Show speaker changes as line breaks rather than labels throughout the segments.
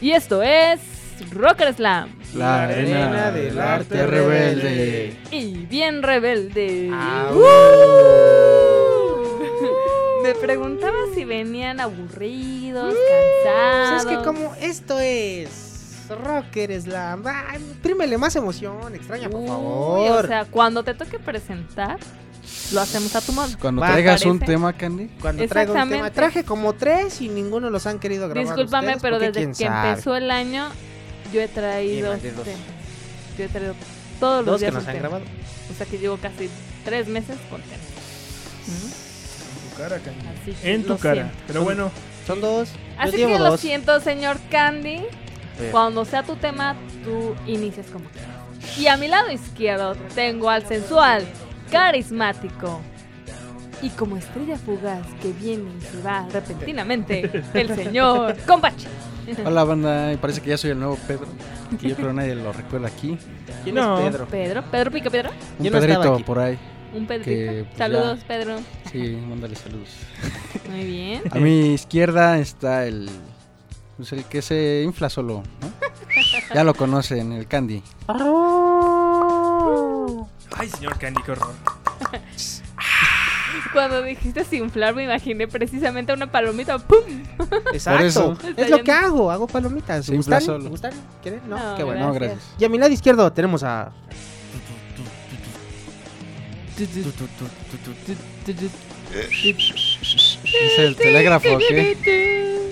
Y esto es Rocker Slam.
La arena del arte rebelde.
Y bien rebelde.
Ah,
Au.
¡Uh! Me preguntaba si venían aburridos, cansados.
Uh. Es que como esto es Rocker Slam, ah, imprímele más emoción, extraña, por
Uy,
favor.
o sea, cuando te toque presentar, lo hacemos a tu
Pues
modo.
Cuando
¿Va,
traigas un
parece?
tema, Candy.
Cuando traigo un tema,
exactamente.
traje como tres y ninguno los han querido grabar.
Discúlpame,
ustedes,
pero
porque
desde
quién
que
sabe.
empezó el año, yo he traído.
Y mandé dos.
temas. Yo he traído todos los
Dos que
días.
nos
un
han
tema.
grabado.
O sea que llevo casi tres meses con temas. Ujú,
tu cara, Candy.
así que
En tu
lo
cara.
siento.
Pero bueno,
Son dos.
Así
Yo llevo
que lo
dos.
siento, señor Candy.
Bien.
Cuando sea tu tema, tú inicias como quieras. Y a mi lado izquierdo tengo al sensual, carismático y como estrella fugaz que viene y se va repentinamente, el señor Compache.
Hola, banda. Y parece que ya soy el nuevo Pedro. Que yo creo nadie lo recuerda aquí.
¿Quién
No.
es Pedro?
Pedro, Pedro Pica Piedra.
Un
Yo no estaba
Pedrito
aquí.
por ahí.
Un Pedrito.
Que, pues,
Saludos,
ya.
Pedro.
Sí, mándale saludos.
Muy bien.
A mi izquierda está el. Pues el que se infla solo, ¿no? Ya lo conocen, el Candy. Ah.
ay señor Candy, qué horror.
Cuando dijiste inflar, me imaginé precisamente una palomita. ¡Pum!
Exacto.
eso.
Es lo que hago, hago palomitas.
Se infla
¿Gustan?
solo.
¿Gustan? ¿Quieren? No,
No,
qué bueno.
No, gracias.
Y a mi lado izquierdo tenemos a
Es el telégrafo, ¿qué?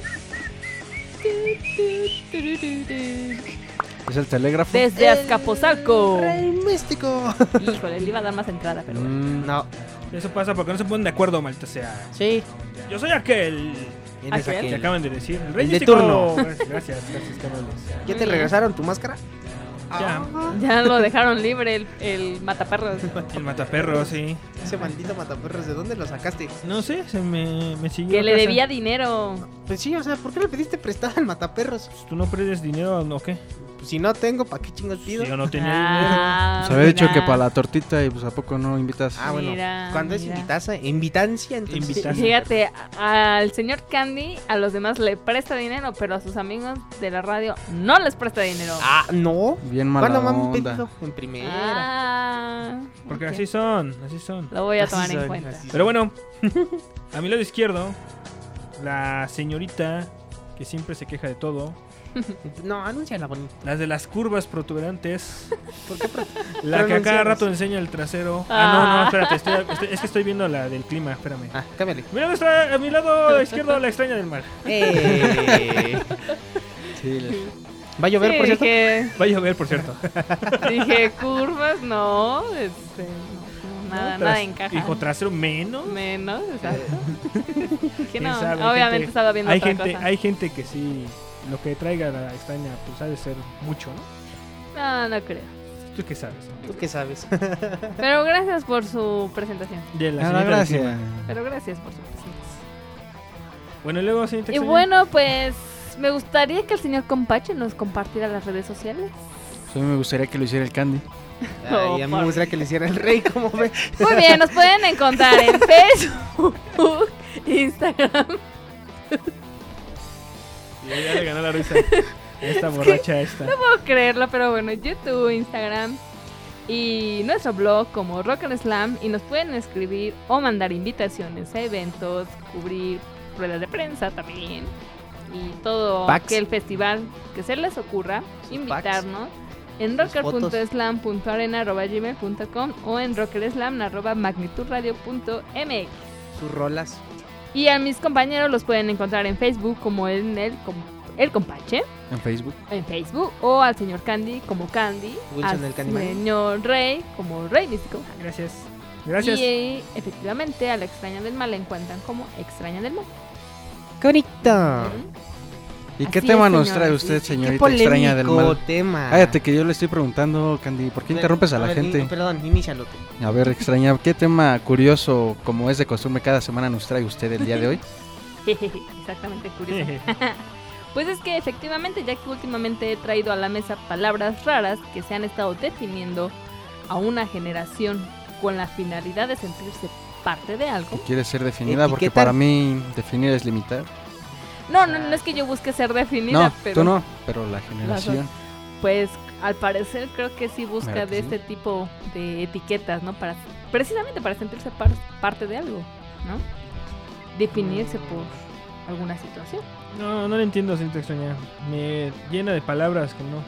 Es el telégrafo.
Desde Azcapotzalco.
Rey Místico.
Híjole, le iba a dar más entrada, pero bueno.
Mm,
No,
Eso pasa porque no se ponen de acuerdo, maldita sea.
sí.
Yo soy aquel
¿Quién es
Aquel.
que
aquel?
acaban de decir. El rey
El de
místico.
turno.
Gracias, gracias, Carlos.
¿Ya te regresaron tu máscara?
Ya.
Ah,
Ya lo dejaron libre el, el mataperros.
El mataperro, sí.
ese maldito mataperros, ¿de dónde lo sacaste?
No sé, se me, me siguió.
Que
a
le
casa.
debía dinero.
Pues sí, o sea, ¿por qué le pediste prestado al mataperros?
Pues, ¿Tú no predes dinero o qué?
Pues si no tengo, ¿para qué chingos
Si
pido?
yo no tenía
Ah,
Se había dicho
mira.
que para la tortita y pues a poco no invitas.
Ah, bueno.
Mira,
Cuando es
mira.
invitancia, invitancia, entonces.
Invita-
Fíjate, a- al señor Candy a los demás le presta dinero, pero a sus amigos de la radio no les presta dinero.
Ah, no.
Bien mala
¿Cuándo me han
onda. Ah,
pedido? En primera.
Ah,
dinero. Porque
ok.
así son, así son.
Lo voy a
Así
tomar en
son,
cuenta.
así
Pero bueno, a mi lado izquierdo, la señorita que siempre se queja de todo,
No, anúnciala bonito.
las de las curvas protuberantes,
¿Por qué? pro-
la que a cada
Pronunciadas.
rato enseña el trasero. Ah, no, no,
Ah.
espérate, estoy- estoy- es que estoy viendo la del clima, espérame.
Ah, cámbiale.
Mira, nuestra- a mi lado izquierdo, la extraña del mar.
Eh.
Sí, le-
¿Va a llover,
Sí,
por cierto?
dije-
Va a llover, por cierto.
Dije, curvas, no. Este, no, no, Nada,
Tras-
nada encaja.
Hijo trasero menos.
Menos, exacto. que
¿Quién
no,
sabe? Hay
obviamente
gente-
estaba viendo
hay
otra
gente,
cosa.
Hay gente que sí, lo que traiga la extraña, pues ha de ser mucho, ¿no?
No, no creo.
¿Tú qué sabes?
¿Tú qué sabes?
Pero gracias por su presentación.
De la
Ah,
señorita del
gracias.
clima.
Pero gracias por su presentación.
Bueno, y luego, señorita
Y
extraña,
bueno, pues me gustaría que el señor Compache nos compartiera las redes sociales.
Pues a mí me gustaría que lo hiciera el Candy.
Ay, a mí me gustaría que le hiciera el rey, como ve.
Muy bien, nos pueden encontrar en Facebook, Instagram.
Ya, ya le ganó la risa. Esta
que
borracha esta.
No puedo creerlo, pero bueno, YouTube, Instagram y nuestro blog como Rock and Slam y nos pueden escribir o mandar invitaciones a eventos, cubrir ruedas de prensa también y todo
Packs.
aquel festival que se les ocurra invitarnos en rocker.slam.arena.gmail.com o en rockerslam.magnitudradio.mx
Sus rolas.
y a mis compañeros los pueden encontrar en Facebook como en el, com- el compache
En Facebook.
en Facebook o al señor Candy como Candy,
Wilson
al
el Candyman.
señor Rey como Rey Místico.
Gracias. Gracias.
Y eh, efectivamente a la extraña del mal la encuentran como extraña del mal.
Ah.
Correcto.
¿Y qué
Así
tema
es,
nos
señor,
trae
así
usted,
es. Qué
señorita extraña del
polémico
mal?
tema.
Cállate que yo le estoy preguntando, Candy, ¿por qué interrumpes a la
ver,
gente?
in- Perdón, inícialo tú.
A ver, extraña, ¿qué tema curioso, como es de costumbre cada semana, nos trae usted el día de hoy?
Exactamente curioso. pues es que efectivamente ya que últimamente he traído a la mesa palabras raras que se han estado definiendo a una generación con la finalidad de sentirse parte de algo.
¿Quiere ser definida? Porque
Etiquetar.
para mí definir es limitar.
No, no, no es que yo busque ser definida,
No,
pero
tú no, pero la
Las dos.
generación.
Pues al parecer creo que sí busca
Claro que
de
sí.
este tipo de etiquetas, ¿no? Para precisamente para sentirse par- parte de algo, ¿no?
Mm.
Definirse por alguna situación.
No, no le entiendo, señorita extraña. Me llena de palabras que no.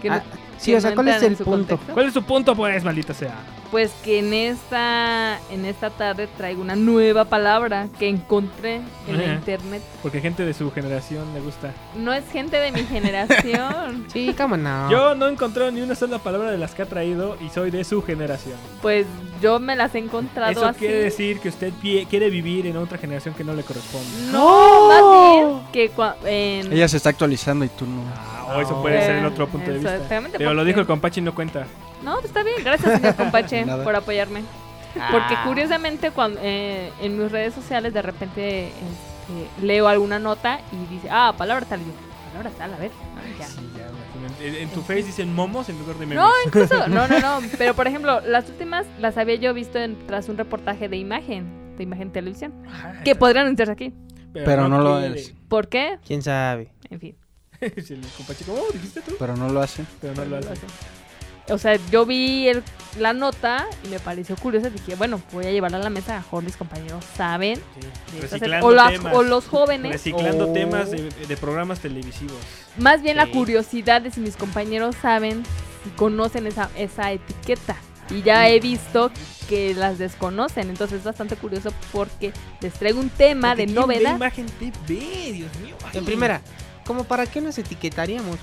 Que no-
Ah,
sí, o sea,
no
¿cuál es
entran en
el
su
punto?
contexto.
¿Cuál es su punto, pues, maldita sea?
Pues que en esta en esta tarde traigo una nueva palabra que encontré en la
Ajá.
internet.
Porque gente de su generación le gusta.
No es gente de mi generación.
Sí, cómo
Ah.
no.
Yo no he encontrado ni una sola palabra de las que ha traído y soy de su generación.
Pues yo me las he encontrado
Eso
así.
quiere decir que usted pie- quiere vivir en otra generación que no le corresponde.
No, más bien que cua- en-
Ella se está actualizando y tú no.
Ah,
Ah, O eso puede ser en otro punto de vista.
Exactamente,
Pero lo
porque-
dijo el compachi y no cuenta.
No, pues está bien. Gracias, señor Compache,
Nada.
por apoyarme. Porque
Ah.
curiosamente cuando, eh, en mis redes sociales de repente este, leo alguna nota y dice, ah, palabra tal. Y yo, palabra tal, a ver. ya.
En, en tu face dicen momos en lugar de memes.
No, incluso, no, no, no. Pero por ejemplo, las últimas las había yo visto en- tras un reportaje de imagen, de imagen televisión,
Ah,
que podrían anunciarse aquí.
Pero Pero no no lo quiere. es.
¿Por qué?
¿Quién sabe?
En fin.
el compachi, ¿cómo dijiste tú?
Pero no lo hacen.
Pero no lo hace.
O sea, yo vi el- la nota y me pareció curiosa. Dije, bueno, voy a llevarla a la mesa. A lo mejor mis compañeros saben. de estas-
Reciclando
o, las-
temas.
o los jóvenes.
Reciclando
O-
temas de, de programas televisivos.
Más bien la
Sí.
curiosidad de si mis compañeros saben y conocen esa, esa etiqueta. Y ya he visto que las desconocen. Entonces es bastante curioso porque les traigo un tema
Porque
de
¿quién ve
novedad.
imagen te ve, Dios mío. Ay.
En primera, ¿cómo para qué nos etiquetaríamos?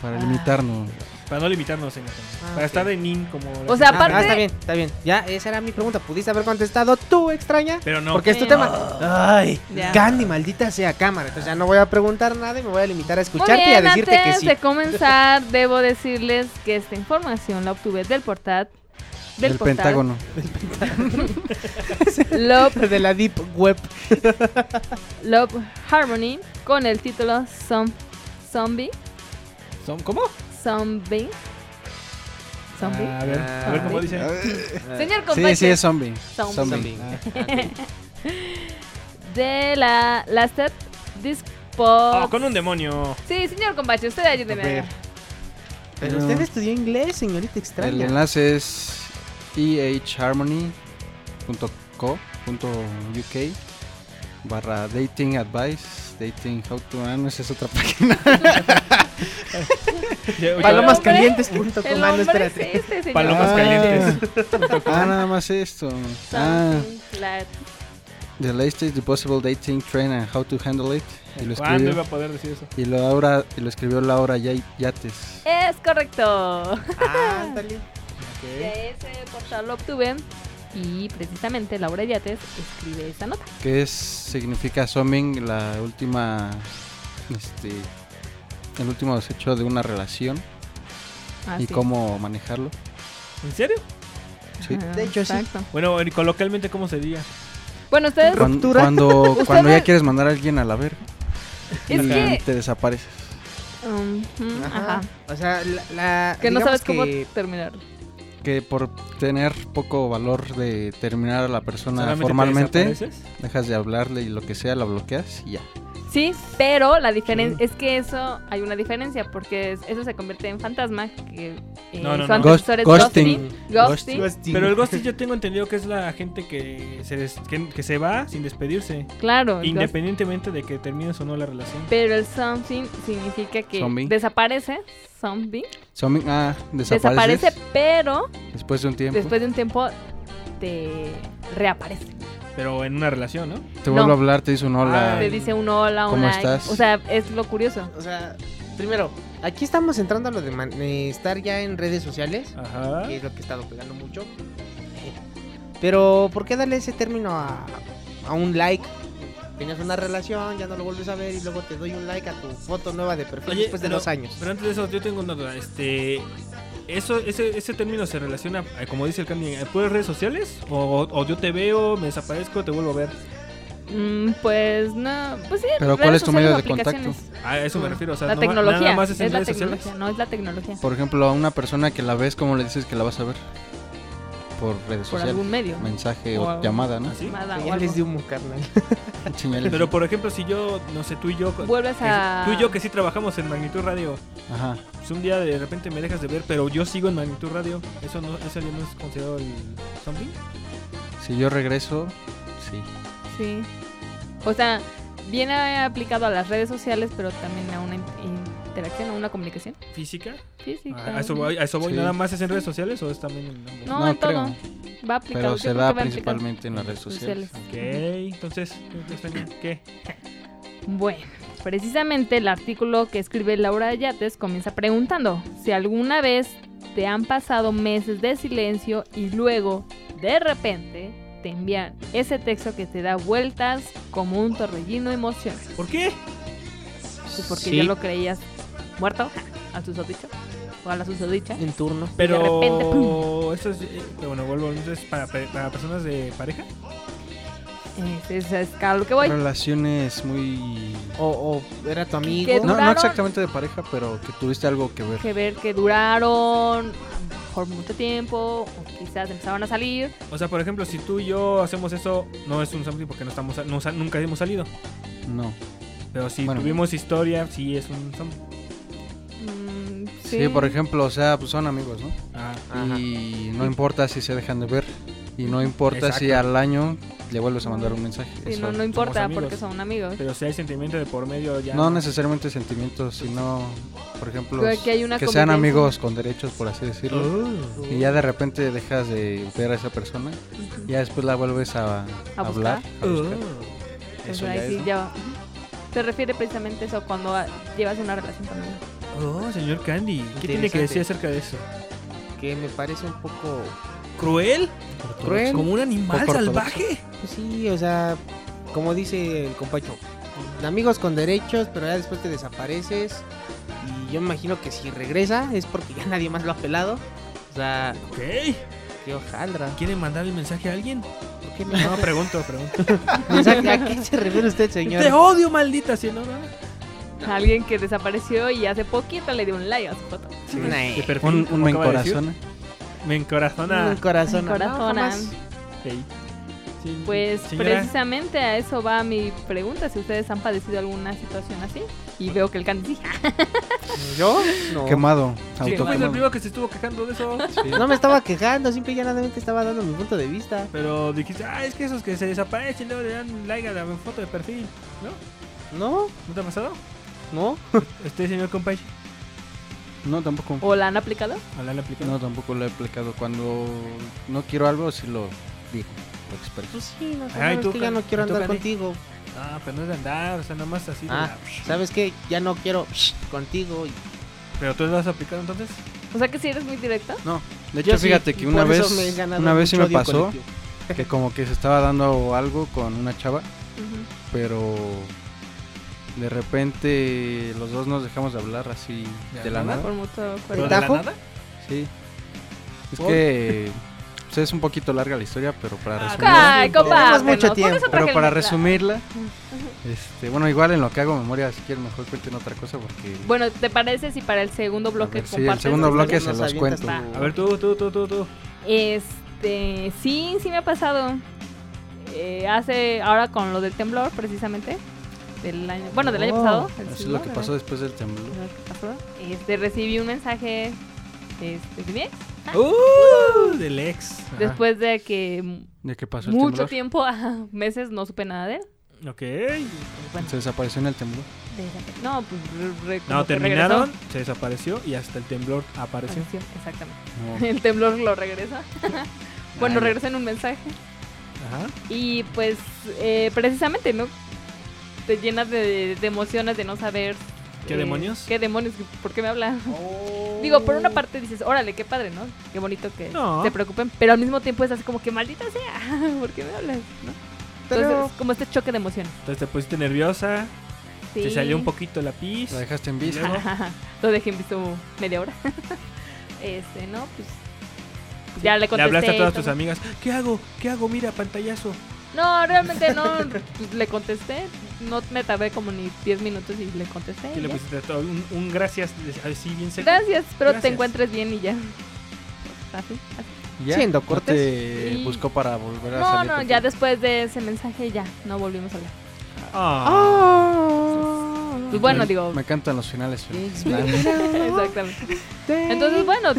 Para
Ah,
limitarnos.
Para no limitarnos, señor. Para
ok.
estar de nin como. la
O sea,
gente.
aparte-
Ah, está bien, está bien. Ya, esa era mi pregunta. ¿Pudiste haber contestado tú, extraña?
Pero no.
Porque es tu
Pero-
tema. Ay,
Oh, Ya.
Candy, maldita sea cámara. Entonces ya no voy a preguntar nada y me voy a limitar
Muy
a escucharte y a
bien,
decirte que
antes
sí.
de comenzar, debo decirles que esta información la obtuve del portal. Del,
Del
portal.
Pentágono.
Love,
de la Deep Web.
Love Harmony con el título Som- Zombie.
¿Cómo?
Zombie. Zombie.
Ah.
A ver, a ver cómo dice.
Ah. Señor
Sí,
Compache.
sí, es zombie.
Zombie.
Zombie.
De la Lasted Dispo.
Oh, con un demonio.
Sí, señor Compache, usted ayúdeme.
A ver.
Pero
No.
usted estudió inglés, señorita
El
extraña.
enlace es E ehharmony.co.uk barra dating advice, dating how to... Ah, no, esa es otra página.
Palomas
El hombre-
calientes punto com,
el
ah, no,
hombre
espérate.
es este, señor.
Palomas
Ah.
calientes.
Ah, nada más esto. Ah,
Something like-
the latest, the possible dating trend and how to handle it. Y lo
¿Cuándo
escribió,
iba a poder decir eso?
y lo, Laura- y lo escribió Laura Ya- Yates.
Es correcto.
Ándale.
De ese portal lo obtuve y precisamente Laura Yates escribe esa nota.
Que es, significa Soming, la última. Este. El último desecho de una relación
Ah,
y
sí.
cómo manejarlo.
¿En serio?
Sí.
Ajá, De hecho, sí. exacto.
Bueno, y coloquialmente, ¿cómo se diría?
Ah,
Bueno, ustedes.
Cuan- Cuando, cuando,
ustedes-
ya quieres mandar a alguien a la verga
Es
y
que-
te desapareces.
Ujú,
Ajá.
ajá.
O sea, la. la-
Que no
digamos
sabes cómo
que-
terminar.
Que por tener poco valor de terminar a la persona
¿Solamente te
formalmente,
desapareces?
dejas de hablarle y lo que sea, la bloqueas y ya.
Sí, pero la diferencia es que eso hay una diferencia porque es- eso se convierte en fantasma que eh,
No, no,
su
no.
antecesor es
ghosting.
ghosting, ghosting.
Pero el ghosting yo tengo entendido que es la gente que se, des- que, que se va sin despedirse.
Claro, el
Independientemente de que termines o no la relación.
pero el something significa que
Zombie.
desaparece, zombie,
Something, ah, desapareces
desaparece, pero
después de un tiempo.
después de un tiempo te reaparece.
Pero en una relación, ¿no?
Te vuelvo
no. Ah,
a hablar, te dice un hola.
Te dice un hola,
¿Cómo
una
estás?
O sea, es lo curioso.
O sea, primero, aquí estamos entrando a lo de man- eh, estar ya en redes sociales,
Ajá.
que es lo que he estado pegando mucho. Pero, ¿por qué darle ese término a, a un like? Tienes una relación, ya no lo vuelves a ver y luego te doy un like a tu foto nueva de perfil después de
pero-
dos años.
Pero antes de eso, yo tengo una duda. Este, eso, ese, ese término se relaciona, eh, como dice el Candy, ¿a puras redes sociales? O, o yo te veo, me desaparezco, te vuelvo a ver.
Mm, pues no, pues sí.
Pero, ¿cuál
redes
es tu
sociales
medio
o
de contacto?
aplicaciones.
A eso me refiero, o sea,
Ah, la
no ma-
tecnología,
nada más es en
la
redes
tecnología,
sociales.
no es la tecnología.
Por ejemplo, a una persona que la ves, ¿cómo le dices que la vas a ver? Por redes
Por
sociales.
algún medio.
Mensaje o,
O algo.
llamada, ¿no?
¿Así?
Nada, o
Señales
algo.
de humo, carnal.
Señales.
Ah, Pero por ejemplo, si yo, no sé, tú y yo.
Vuelves
que-
a-
Tú y yo que sí trabajamos en Magnitud Radio.
Ajá.
Pues un día de repente me dejas de ver, pero yo sigo en Magnitud Radio. Eso no, eso ya no es considerado el zombie.
Si yo regreso, sí.
Sí. O sea, viene aplicado a las redes sociales, pero también a una in- interacción, a una comunicación
¿Física?
física.
Ah, ¿A eso voy? ¿A eso voy?
Sí.
¿Nada más es en redes sociales o es también en ambos?
No,
No,
en todo. Va aplicado.
Pero
yo
se
creo que
da
va aplicado.
principalmente en las redes sociales.
Ok, entonces, entonces, ¿qué?
Bueno, precisamente el artículo que escribe Laura Yates comienza preguntando si alguna vez te han pasado meses de silencio y luego, de repente, te envían ese texto que te da vueltas como un torbellino emocional.
¿Por qué?
Pues porque
Sí.
ya lo creías muerto al susodicho o a la susodicha.
En turno.
Pero
de repente,
eso es, eh, pero bueno, vuelvo entonces para, pe- para personas de pareja.
Ese Es, es a lo que voy.
Relaciones muy...
O, o era tu amigo.
Que
No, no
duraron-
exactamente de pareja, pero que tuviste algo que ver.
Que ver que duraron por mucho tiempo o quizás empezaban a salir.
O sea, por ejemplo, si tú y yo hacemos eso, no es un zombie porque no estamos, no sa- nunca hemos salido.
No.
Pero si
Bueno.
tuvimos historia, sí es un zombie.
Mm,
Sí. por ejemplo, o sea, pues son amigos, ¿no?
Ah,
Y no importa si se dejan de ver. Y no importa si
Exacto.
al año le vuelves a mandar un mensaje.
Sí,
Eso-
no, no importa
amigos.
porque son amigos.
pero si hay sentimiento de por medio ya.
No necesariamente sentimientos, sino, por ejemplo,
Creo que hay una
que sean
convivencia.
amigos con derechos, por así decirlo.
Oh.
Y ya de repente dejas de ver a esa persona.
Ujú.
Ya después la vuelves a,
buscar.
hablar. a
oh,
buscar.
Entonces,
Eso
ahí
ya
sí
es, ¿no?
ya va. Ujú. Se refiere precisamente eso cuando ah, llevas una relación con alguien.
Oh, señor Candy, ¿qué tiene que
Interesante.
decir acerca de eso?
Que me parece un poco.
¿Cruel?
Cruel.
¿Como un animal
Poco
salvaje?
Pues sí, o sea, como dice el compacho, amigos con derechos, pero ya después te desapareces. Y yo me imagino que si regresa es porque ya nadie más lo ha pelado. O sea,
Ok.
qué hojaldra.
¿Quiere mandar el mensaje a alguien?
¿Por qué me
No, pregunto, pregunto.
mensaje? ¿A qué se refiere usted,
Te
señor?
odio, maldita, si no, no.
Alguien que desapareció y hace poquito le dio un like a su foto.
Nah,
De perfil,
Un, un
como acaba de decir.
mencorazón.
Me encorazona.
Un corazón.
Ay, corazón,
No,
ah.
jamás.
Ey. Sí,
Pues
señora,
precisamente a eso va mi pregunta, si ustedes han padecido alguna situación así. Y veo que el Candy sí.
¿Yo? No.
Quemado.
Pues,
Sí, tú fuiste el
autoquemado.
primero que se estuvo quejando de eso.
No me estaba quejando, simple y llanamente estaba dando mi punto de vista.
Pero dijiste, ah, es que esos que se desaparecen luego le dan like a la foto de perfil.
No,
¿No te ha pasado?
no.
Este señor compay,
No, tampoco.
¿O la han aplicado?
ojalá le aplique.
No, tampoco lo he aplicado. Cuando no quiero algo, sí lo digo. Lo expreso.
Pues sí, no,
Ay,
sabes
tú,
que ya
Cari-
no quiero
tú,
andar
Cari.
contigo.
Ah, pero no es de andar, o sea, nada más así. de
Ah,
la-
sabes que ya no quiero contigo. y-
Pero tú lo has aplicado entonces.
O sea que si eres muy directo.
No, De
Yo
hecho,
sí,
fíjate que
por
una
eso
vez,
me he ganado
una vez sí
mucho
me
odio
pasó
colectivo.
que como que se estaba dando algo con una chava, pero de repente los dos nos dejamos de hablar así
¿De
de,
la
la
nada?
nada.
Por mutuo acuerdo. ¿De tajo?
Sí. Es
¿Por?
que pues, es un poquito larga la historia, pero para resumirla.
Ay, compártelo. Por eso traje
Pero
el
para
mezcla.
resumirla, este, bueno, igual en lo que hago memoria, si quieren mejor cuenten otra cosa porque
Bueno, ¿te parece si para el segundo bloque
ver, sí, el
compartes
segundo
tu
bloque
historia?
se los cuento.
Va.
A ver, tú, tú, tú, tú, tú.
Este, sí, sí me ha pasado. Eh, hace, ahora con lo del temblor, precisamente. Del año, bueno, del año
Oh,
pasado. el
Eso es
sismo,
lo que
¿verdad?
pasó después del temblor.
Lo que pasó. Este, recibí un mensaje este, de mi ex, ah,
¡Uh! Del ex. Ajá.
Después de que mm,
¿De qué pasó el
mucho
temblor?
tiempo, ajá, meses, no supe nada de él.
Ok.
Se desapareció en el temblor.
Desape- No, pues re- re- como
No,
que
terminaron,
regresó.
se desapareció y hasta el temblor apareció.
Apareció, Exactamente.
No.
El temblor lo regresa. bueno,
Ay.
regresa en un mensaje.
Ajá.
Y pues eh, precisamente, ¿no? Te llenas de, de emociones de no saber...
¿Qué
eh,
demonios? Oh.
¿Qué demonios? ¿Por qué me habla? Digo, por una parte dices, órale, qué padre, ¿no? Qué bonito que
No.
se preocupen. Pero al mismo tiempo es así como que maldita sea, ¿por qué me hablas? ¿no?
Pero-
Entonces, como este choque de emociones.
Entonces te pusiste nerviosa.
Sí.
Te salió un poquito la pis. La
dejaste en
visto.
Lo dejé en visto media hora. este, ¿no? Pues... Ya le contesté.
hablaste a todas tus
todo.
amigas. ¿Qué hago? ¿Qué hago? Mira, pantallazo.
No, realmente no. pues, le contesté. No me tardé como ni 10 minutos y le contesté.
¿Qué
y
le
ya.
pusiste a todo? Un, un gracias, así bien seco.
Gracias, espero te
Gracias.
encuentres bien y ya. Así, así.
¿Ya?
Siendo
¿No
cortés.
te
Sí.
buscó para volver a
No,
salir
no,
contigo?
ya después de ese mensaje ya no volvimos a hablar.
Ah,
Oh. Pues bueno,
Me-
digo.
Me encantan los finales. felices.
Exactamente. Entonces, bueno,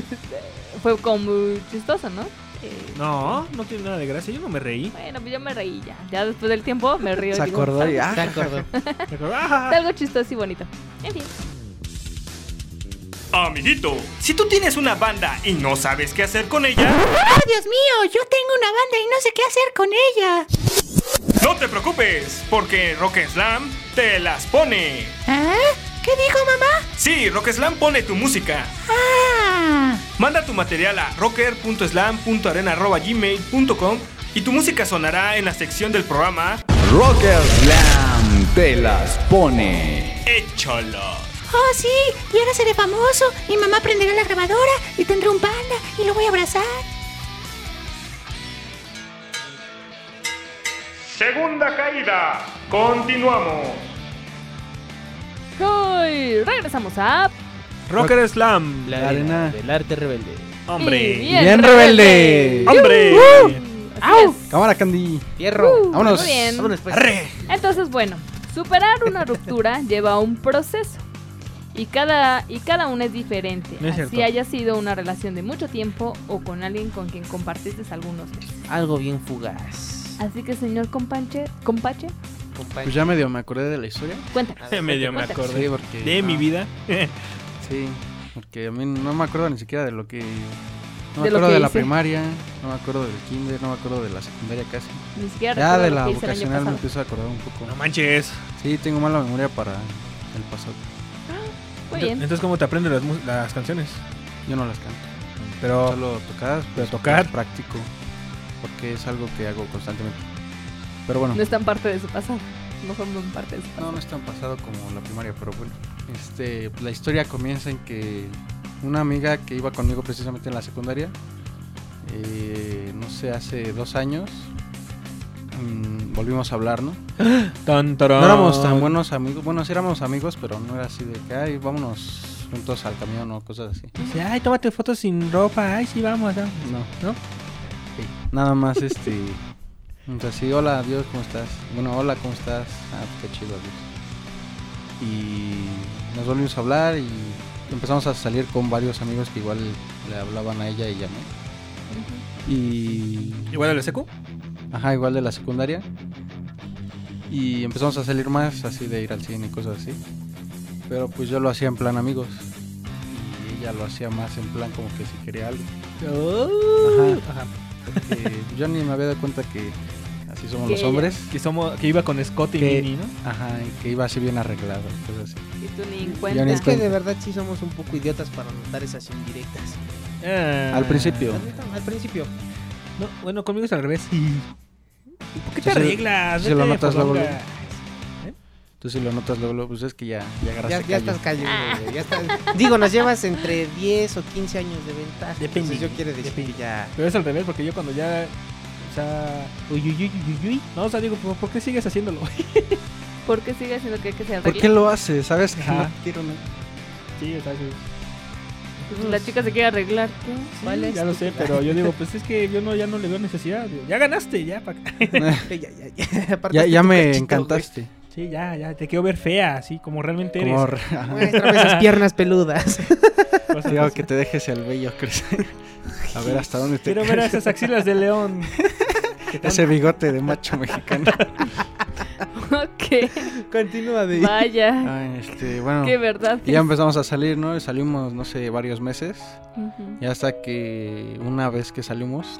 fue como muy chistoso, ¿no? Eh,
No, no tiene nada de gracia. Yo no me reí.
Bueno, pues yo me reí ya. Ya después del tiempo me río. y
Se
digo,
acordó y,
"Ah".
ah, Se acordó. Se acordó, ah.
Está algo chistoso y bonito. En fin.
Amiguito, si tú tienes una banda y no sabes qué hacer con ella,
¡Ah, Dios mío! Yo tengo una banda y no sé qué hacer con ella.
no te preocupes, porque Rock Slam te las pone.
¿Ah? ¿Qué dijo mamá?
Sí, Rock Slam pone tu música.
Ah.
Manda tu material a rocker.slam.arena.gmail.com y tu música sonará en la sección del programa
Rocker Slam te las pone.
Échalo.
Oh, sí. Y ahora seré famoso. Mi mamá prenderá la grabadora y tendré un panda y lo voy a abrazar.
Segunda caída. Continuamos.
Uy, regresamos a
Rocker Slam.
La arena del arte rebelde.
Hombre.
Y
Bien, rebelde.
Hombre.
¡Au!
Cámara Candy.
Hierro.
Uh,
Vámonos.
muy bien.
Vámonos, pues.
Entonces, bueno, superar una ruptura lleva un proceso. Y cada, y cada una es diferente.
No es
así
cierto.
haya sido una relación de mucho tiempo o con alguien con quien compartiste algunos meses.
Algo bien fugaz.
Así que, señor companche, compache,
Pues ya medio me acordé de la historia.
cuéntanos.
Medio me
cuéntanos.
acordé
Sí, porque-
de mi
ah.
vida.
Sí, porque a mí no me acuerdo ni siquiera de lo que. No me
De lo
acuerdo
que
de la
hice.
primaria, no me acuerdo del kinder, no me acuerdo de la secundaria casi.
Ni siquiera
Ya
recuerdo
de
lo
la
que hice el año
vocacional me
pasado.
empiezo a acordar un poco. No
manches.
Sí, tengo mala memoria para el pasado.
Muy
eh,
bien.
Entonces, ¿cómo te aprendes las, mu- las canciones?
Yo no las canto.
Pero-
Solo tocadas, pero tocar. pues, Práctico. Porque es algo que hago constantemente. Pero bueno.
No están parte de su pasado. No forman parte de su pasado.
No, no es tan pasado como la primaria, pero bueno. Este, la historia comienza en que una amiga que iba conmigo precisamente en la secundaria, eh, no sé, hace dos años, mm, volvimos a hablar, ¿no?
Tan,
No
tarán.
éramos tan buenos amigos, bueno, sí éramos amigos, pero no era así de que, ay, vámonos juntos al camión o cosas así.
Sí, Ay, tómate fotos sin ropa. Ay, sí, vamos. No.
No. Nada más este. Entonces, sí, hola, adiós, ¿cómo estás? Bueno, hola, ¿cómo estás? Ah, qué chido, adiós. Y nos volvimos a hablar y empezamos a salir con varios amigos que igual le hablaban a ella y llamé. Y.
¿Igual de la secu?
Ajá, igual de la secundaria. Y empezamos a salir más, así de ir al cine y cosas así. Pero pues yo lo hacía en plan amigos. Y ella lo hacía más en plan como que si quería algo. Oh. Ajá. Porque yo ni me había dado cuenta que así somos
Que
los
ella-
hombres.
Que, somos, que iba con Scott y
Que-
Minnie, ¿no?
Ajá, y que iba así bien arreglado. cosas así.
Y tú ni en
Yo ni
cuenta.
en
Es que
cuenta.
de verdad sí somos un poco idiotas para notar esas indirectas.
Ah.
Al principio.
Al principio.
No, bueno, conmigo es al revés. ¿Por qué te
Sí,
arreglas?
Si lo
Vete,
notas luego,
poronga.
luego. Tú si lo notas luego, luego, pues es que ya, ya
Ya,
agarraste
ya
callo.
estás cayendo,
Ah.
güey, ya estás- Digo, nos llevas entre 10 o 15 años de ventaja. Entonces yo quiero decir que ya.
Pero es al revés, porque yo cuando ya. O sea. Uy, uy, uy, uy, uy. No, o sea, digo, ¿por por qué sigues haciéndolo?
¿Por qué sigue haciendo que, que se arregle?
¿Por qué lo haces? ¿Sabes? que
Ajá.
no quiero nada.
Sí, o sea, sí.
Pues La chica se quiere arreglar. ¿Qué?
Sí, ya lo sé, pero yo digo, pues es que yo no, ya no le veo necesidad. Digo, ya ganaste, ya. pa' acá.
Ya, ya me encantaste.
Sí, ya, ya, te quiero ver fea, así como realmente
Como
eres.
re-
Muéstrame esas piernas peludas.
Quiero que te dejes el vello crecer. A ver hasta dónde te
Quiero ver a
crece.
esas axilas de león.
Ese bigote de macho mexicano.
Ok.
Continúa de
Vaya.
Ay, este, bueno.
Qué verdad.
Y ya empezamos a salir, ¿no? Y salimos, no sé, varios meses.
Ujú.
Y hasta que una vez que salimos,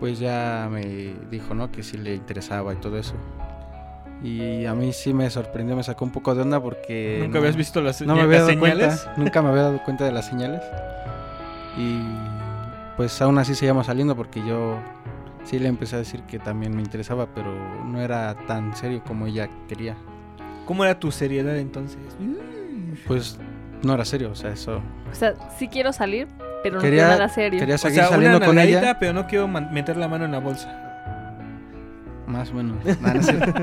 pues ya me dijo, ¿no? Que sí le interesaba y todo eso. Y a mí sí me sorprendió, me sacó un poco de onda porque...
¿Nunca
no-
habías visto las-
no me
las
había dado
señales?
Cuenta, nunca me había dado cuenta de las señales. Y pues aún así seguíamos saliendo porque yo sí le empecé a decir que también me interesaba, pero no era tan serio como ella quería.
¿Cómo era tu seriedad entonces?
Pues no era serio, o sea, eso...
O sea, sí quiero salir, pero no
Quería-
quiero nada serio.
quería
O
salir-
sea, una
saliendo con
nalgadita,
ella.
pero no quiero man- meter la mano en la bolsa.
Más o menos. Nah, no es cierto.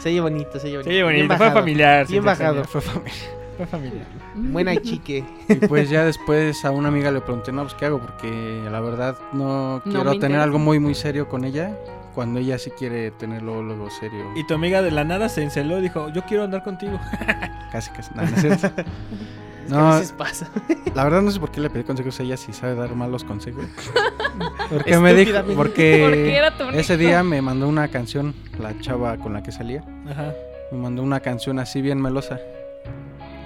Se oye bonito, se oye bonito.
Se oye bonito,
Bien
fue
bajado,
familiar, sí,
Bien
fue
bajado.
familiar.
Fue familiar.
Fue familiar.
Buena chique.
Y pues ya después a una amiga le pregunté, no, pues qué hago, porque la verdad no
me
quiero tener
interesa.
algo muy, muy serio con ella, cuando ella sí quiere tenerlo luego serio.
Y tu amiga de la nada se enceló y dijo, yo quiero andar contigo.
Casi, casi. No, no es cierto.
que a veces pasa.
La verdad no sé por qué le pedí consejos a ella si sabe dar malos consejos. Porque me dijo,
Estúpidamente.
porque,
Porque era tu único.
ese día me mandó una canción, la chava con la que salía,
Ajá.
me mandó una canción así bien melosa.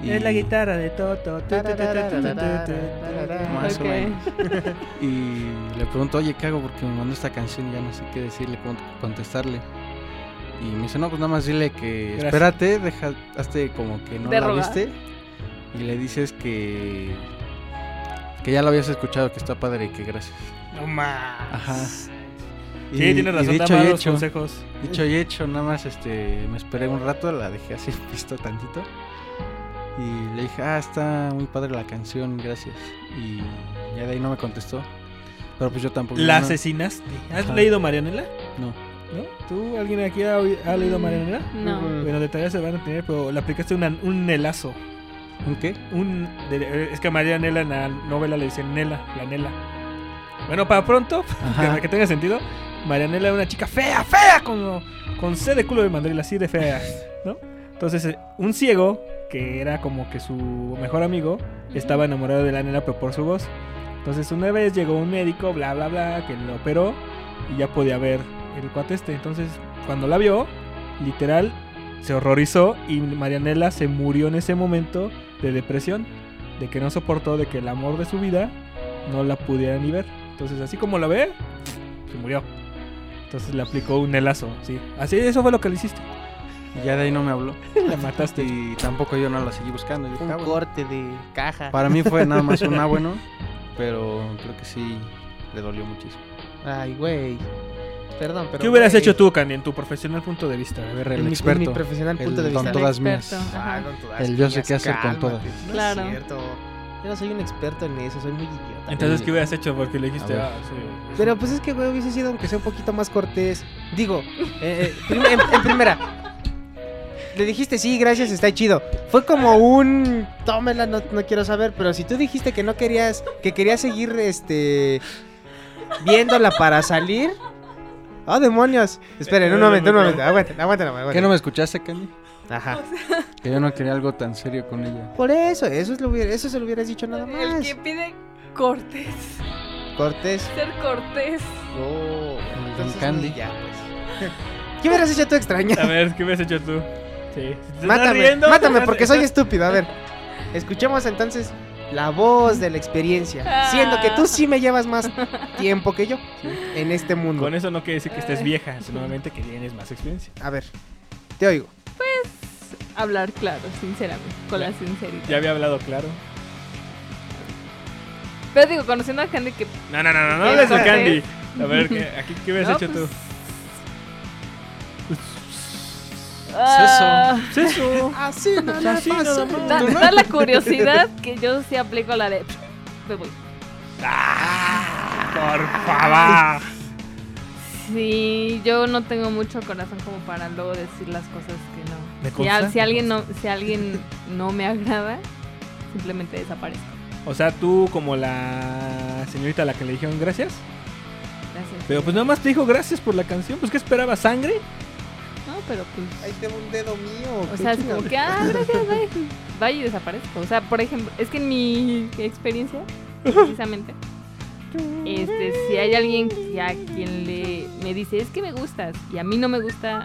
Y-
Es la guitarra de Toto. tu, tu, tu, tu, tu, tu, tu, tu.
Más o
Ok.
menos. Y le pregunto, oye, ¿qué hago? Porque me mandó esta canción y ya no sé qué decirle, cómo contestarle. Y me dice, no, pues nada más dile que
Gracias.
espérate, deja, hazte como que no
¿De
la
rogar?
viste. Y le dices que que ya la habías escuchado, que está padre y que gracias.
No más.
Ajá.
Sí, tienes razón, da malos consejos.
Dicho y hecho, nada más este, me esperé un rato, la dejé así visto tantito. Y le dije, ah, está muy padre la canción, gracias. Y ya de ahí no me contestó. Pero pues yo tampoco.
La
no-
asesinaste. ¿Has
Ajá.
leído Marianela?
No.
¿No? ¿Tú, alguien aquí ha, oí- ha leído Marianela?
No.
Bueno, detalles se van a tener, pero le aplicaste una- un nelazo.
¿Un qué?
Un, de- es que a Marianela en la novela le dicen Nela, la Nela. Bueno, para pronto, para que tenga sentido, Marianela era una chica fea, fea, con, con C de culo de mandril, así de fea, ¿no? Entonces, eh, un ciego, que era como que su mejor amigo, estaba enamorado de la nena, pero por su voz. Entonces, una vez llegó un médico, bla, bla, bla, que lo operó y ya podía ver el cuate este. Entonces, cuando la vio, literal, se horrorizó y Marianela se murió en ese momento de depresión, de que no soportó de que el amor de su vida no la pudiera ni ver. Entonces, así como la ve, se murió. Entonces le aplicó un helazo, sí. Así, eso fue lo que le hiciste.
Y ya de ahí no me habló.
La mataste.
Y tampoco yo no la seguí buscando. Yo dije,
Un
"Ah, bueno".
corte de caja.
Para mí fue nada más un ah, bueno. Pero creo que sí le dolió muchísimo.
Ay, güey. Perdón, pero.
¿Qué hubieras
güey.
hecho tú, Candy, en tu profesional punto de vista?
ver, el
En mi- en
experto.
mi profesional punto
el
de vista.
Con todas
El
mías.
experto, ajá. Ah, con todas
el yo sé
mías,
qué hacer con
cálmate.
todas.
No
Claro.
Es cierto. Yo no soy un experto en eso, soy muy idiota.
Entonces, ¿qué
güey.
hubieras hecho? Porque le dijiste,
A ver.
ah, sí.
Pero pues es que, güey, hubiese sido aunque sea un poquito más cortés. Digo, eh, eh, prim- en, en primera. Le dijiste, sí, gracias, está chido. Fue como un. Tómela, no, no quiero saber. Pero si tú dijiste que no querías. Que querías seguir, este. Viéndola para salir. ¡Ah, demonios! Esperen, un momento, un momento. Aguanten, aguanten, aguanten.
¿Qué no me escuchaste, Candy?
Ajá.
Que yo no quería algo tan serio con ella.
Por eso, eso, es lo hubiera- eso se lo hubieras dicho nada
El
más.
que pide cortés.
Cortés.
Ser cortés.
Oh, entonces,
Candy.
ni ya, pues. ¿Qué hubieras hecho tú, extraña?
A ver, ¿qué hubieras hecho tú? Sí. Si te estás
Mátame,
riendo,
mátame
te-
porque soy estúpido. A ver, escuchemos entonces la voz de la experiencia. Siendo que tú sí me llevas más tiempo que yo en este mundo.
Con eso no quiere decir que estés vieja, solamente que tienes más experiencia.
A ver, te oigo.
Hablar claro, sinceramente. Con la sinceridad.
Ya había hablado claro.
Pero digo, conociendo a Candy que.
No, no, no, no, no
que
hables a
no sé.
Candy. A ver, ¿qué, aquí, ¿qué hubieras
No,
hecho tú?
pues,
Ah.
Seso.
Así
nada más. Da, da la curiosidad que yo sí aplico la de. Me voy.
Por
ah.
favor.
Sí, yo no tengo mucho corazón como para luego decir las cosas que no.
¿Me
Si, al-
consta?
si alguien no, si alguien no me agrada, simplemente desaparezco.
O sea, tú como la señorita a la que le dijeron gracias.
Gracias.
Pero pues nada más te dijo gracias por la canción. Pues ¿qué esperaba? ¿Sangre?
No, pero pues.
Ahí tengo un dedo mío.
O sea, es como que, ah, gracias, bye. Bye y desaparezco. O sea, por ejemplo, es que en mi experiencia, precisamente, este, si hay alguien que a quien le me dice, es que me gustas, y a mí no me gusta,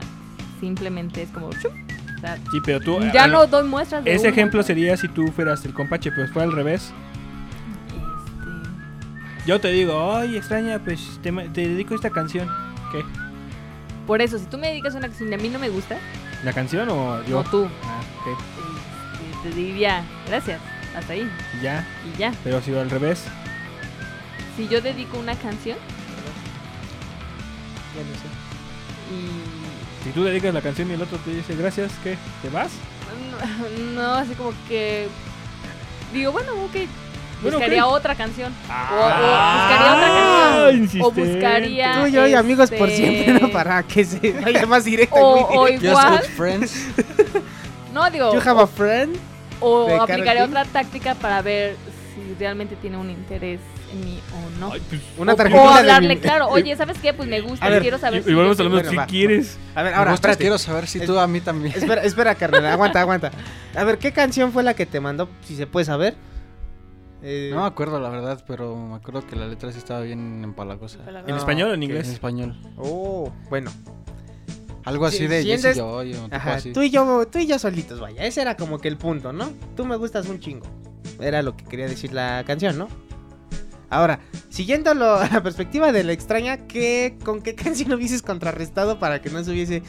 simplemente es como, chup, o sea,
Sí, pero tú...
ya
a lo-
no doy muestras de
eh, Ese
humo.
ejemplo sería si tú fueras el compache, pero fue al revés.
este,
Yo te digo, ay, extraña, pues te, ma- te dedico esta canción. ¿Qué?
Por eso, si tú me dedicas una canción y a mí no me gusta,
¿La canción o yo?
No, tú.
Ah, ok.
este, te diría, gracias, hasta ahí,
Y Ya.
y ya.
Pero si va al revés.
Si yo dedico una canción y
Si tú dedicas la canción y el otro te dice gracias, ¿qué? ¿Te vas?
No, no, así como que. Digo, bueno, ok.
Bueno,
buscaría
ok.
otra canción. O-
Ah,
o, buscaría otra canción. O
insistente.
buscaría.
Tú y yo y amigos por
este,
siempre, ¿no? Para que se vaya más directo. y
O-
muy
o
directo.
igual- Just
friends.
No, digo.
You have a friend.
o
de Karol
aplicaría
King.
otra táctica para ver si realmente tiene un interés en mí o no.
pues,
Una
o,
tarjetita
o
de
hablarle
mi-
claro. Oye, ¿sabes qué? Pues me gusta, quiero saber si. yo-
Bueno, va. A ver, ahora.
Nosotros
espérate.
quiero saber si tú a mí también.
Espera, espera, carnal, aguanta, aguanta. A ver, ¿qué canción fue la que te mandó? Si se puede saber. Eh,
No me acuerdo la verdad, pero me acuerdo que la letra sí estaba bien empalagosa.
Empalagosa.
¿En español o en inglés?
En español.
Oh, bueno.
Algo así
Si-
de
si
Jesse
entras-
Joy o tipo
Ajá,
así.
tú y yo, tú y yo solitos, vaya. Ese era como que el punto, ¿no? Tú me gustas un chingo. Era lo que quería decir la canción, ¿no? Ahora, siguiendo lo- a la perspectiva de la extraña, ¿qué, ¿con qué canción hubieses contrarrestado para que no se hubiese,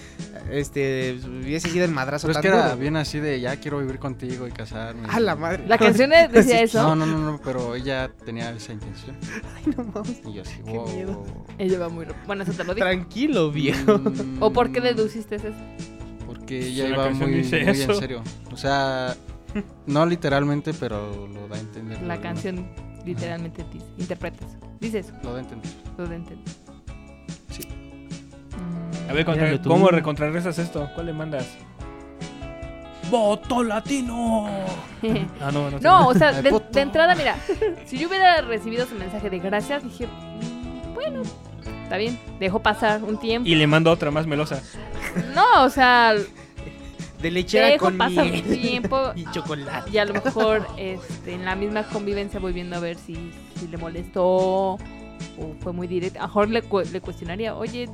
este, hubiese sido el madrazo
Pero Pues
tan
es que era
duro?
bien así de ya quiero vivir contigo y casarme.
A la madre.
¿La canción es- decía eso?
No, no, no, no, pero ella tenía esa intención.
Ay, no mames.
Y yo así, wow.
Ella va muy. Bueno, eso te lo digo.
Tranquilo, viejo.
¿O por qué deduciste eso?
Mm, Porque ella
Si Pues la
iba
canción
muy, muy
dice
en
eso.
serio. O sea, no literalmente, pero lo da a entender.
La
Lo-
canción literalmente dice, interpreta eso. Dice eso.
Lo da a entender.
Lo de entender. Mm,
A ver, contra-
Míralo tú.
¿cómo recontrarrestas esto? ¿Cuál le mandas? ¡Voto latino! Ah, no, no.
No, o sea,
Ay,
de,
puto.
de entrada, mira, si yo hubiera recibido su mensaje de gracias, dije, "Mm, bueno, está bien, dejo pasar un tiempo.
Y le mando otra más melosa.
No, o sea,
De lechera
dejo
con
pasar
miel.
un tiempo
y chocolate.
y a lo mejor este, en la misma convivencia voy viendo a ver si, si le molestó o fue muy directo. A lo mejor le, cu- le cuestionaría, oye,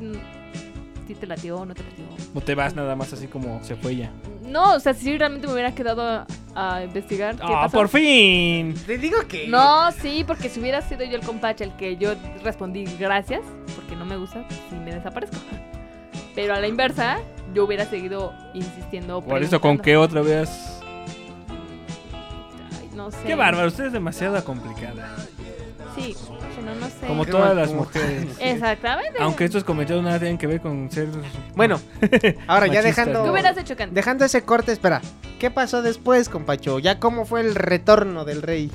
si te latió o no te latió.
No te vas nada más así como se fue ella.
No, o sea, si realmente me hubiera quedado a, a investigar. ¿qué
¡Ah,
pasó?
por fin!
Te digo que.
No, sí, porque si hubiera sido yo el compache el que yo respondí gracias, porque no me gusta, pues, si me desaparezco. Pero a la inversa, yo hubiera seguido insistiendo.
Por eso, ¿con qué otra vez?
preguntando. No sé.
Eh.
¡Qué bárbaro! Usted es demasiado complicada.
Sí, que no, no sé.
Como todas las mujeres.
Exactamente.
Aunque estos comentarios nada tienen que ver con ser.
Bueno, Ahora, ya
machistas,
dejando.
¿Qué hubieras hecho, Candy?
Dejando ese corte, espera. ¿Qué pasó después, compacho? ¿Ya cómo fue el retorno del rey?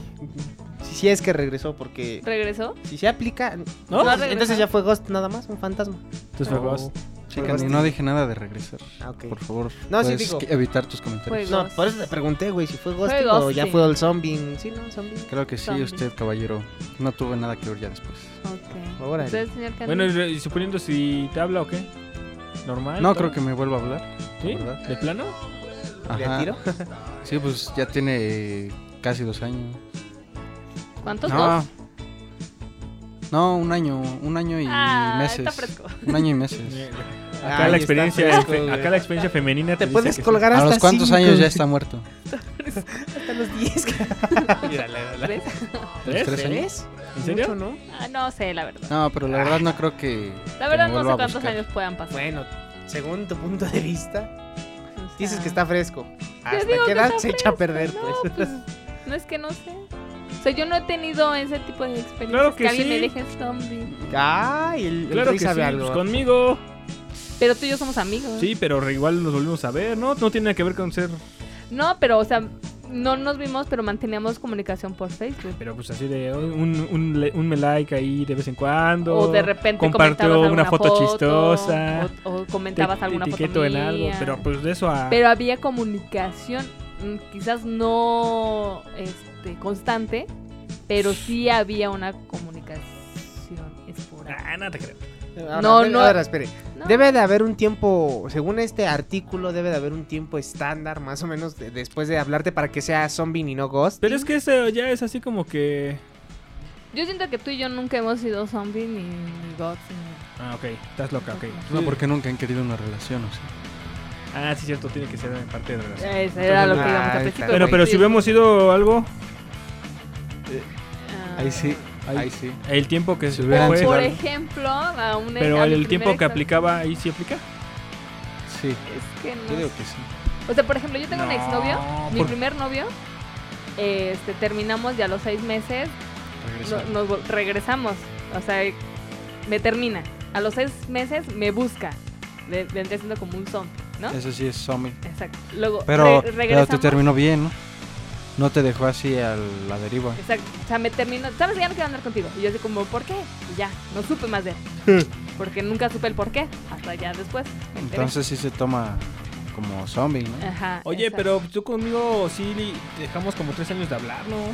Si, si es que regresó, porque.
¿Regresó?
si se aplica.
¿No?
Entonces-
No
Entonces
regresó.
ya fue Ghost nada más, un fantasma.
Entonces fue Ghost. Chican,
Ghost.
y no dije nada de regresar.
Ah, ok.
Por favor,
No, sí
puedes
digo.
que- evitar tus comentarios.
No, por eso te pregunté, güey, si fue Ghost
Fue
o
Ghost,
ya
sí.
fue el zombie. Sí, no, zombie.
Creo que sí,
Zombie.
usted, caballero. No tuvo nada que ver ya después.
Ok.
Órale.
Usted, señor Candy.
Bueno, y re- y suponiendo si te habla o qué. ¿Normal?
No,
¿Todo?
creo que me vuelva a hablar.
¿Sí?
¿Verdad?
¿De plano?
¿Le
Ajá.
atiro?
sí, pues ya tiene eh, casi dos años.
¿Cuántos
no.
dos?
No, un año, un año y
Ah,
meses.
está fresco.
Un año y meses.
Acá,
Ay,
la
está
experiencia,
fresco,
fe-
güey.
acá la experiencia femenina
Te
dice
puedes
que sí.
colgar
¿A
hasta
los cuántos
cinco,
años ya
güey.
está muerto?
Hasta los 10. Mira, la, la-
¿Tres?
¿Tres? ¿Tres años?
¿Tres?
¿En serio?
Mucho, ¿no?
Ah, no sé, la verdad.
No, pero la verdad no creo que.
La verdad
que me
no sé
vuelva a
cuántos
buscar.
años puedan pasar.
Bueno, según tu punto de vista,
O sea,
dices que está fresco. ¿Hasta
digo
qué
que
edad
está
se echa a pues.
fresco,
perder,
no,
pues?
pues, No es que no sé. O sea, yo no he tenido ese tipo de experiencias.
Claro que
alguien
sí.
me deje el zombie.
Ay, el, el
Claro
Rey
que
sabe
sí,
algo.
pues, conmigo.
Pero tú y yo somos amigos.
Sí, pero re- igual nos volvimos a ver, ¿no? No tiene nada que ver con ser.
No, pero, o sea, no nos vimos, pero manteníamos comunicación por Facebook.
Pero pues así de oh, un, un, le- un me like ahí de vez en cuando.
O de repente
Compartió
comentabas
una
alguna
foto,
foto,
chistosa.
o- o comentabas alguna foto
etiqueto en
mía.
algo. Pero pues de eso a.
Pero había comunicación, mm, quizás no este, constante, pero sí había una comunicación esporádica.
Ah, no te creo.
Ahora,
No,
espere,
no.
ahora, espere.
No.
Debe de haber un tiempo, según este artículo, debe de haber un tiempo estándar, más o menos, de- después de hablarte para que sea zombie y no ghost.
Pero es que eso ya es así como que.
Yo siento que tú y yo nunca hemos sido zombies ni, ni gods. ni-
Ah, ok, estás loca, ok.
No, porque nunca han querido una relación, o sea.
Ah, sí, cierto, tiene que ser en parte de relación.
Eh, Eso era lo que íbamos a
Ay,
principio,
Pero,
güey.
pero
Sí,
si
es-
hubiéramos sido algo.
Ahí sí, ahí sí.
El tiempo que se
hubieran
O,
sido
Ah, por
algo.
ejemplo, a un
Pero
a mi
el tiempo
primer
que
ex-
aplicaba ahí sí aplica.
Sí.
Es que no
Yo digo que sí.
O sea, por ejemplo, yo tengo un
No,
exnovio, mi
por-
primer novio, este, terminamos ya a los seis meses,
Regresaron.
no- nos vol- regresamos, o sea, me termina. A los seis meses me busca, Ve- vendría siendo como un zombie, ¿no?
Eso sí es zombie.
Exacto. Luego
Pero,
re-
pero
regresamos.
te terminó bien, ¿no? No te dejó así a la deriva.
Exacto. O sea, me terminó, ¿sabes? Ya no quiero andar contigo. Y yo así como, ¿por qué? Y ya, no supe más de él. Porque nunca supe el por qué, hasta ya después. me enteré.
Entonces sí se toma como zombie, ¿no?
Ajá,
Oye,
exacto.
pero tú conmigo sí li- dejamos como tres años de hablarnos.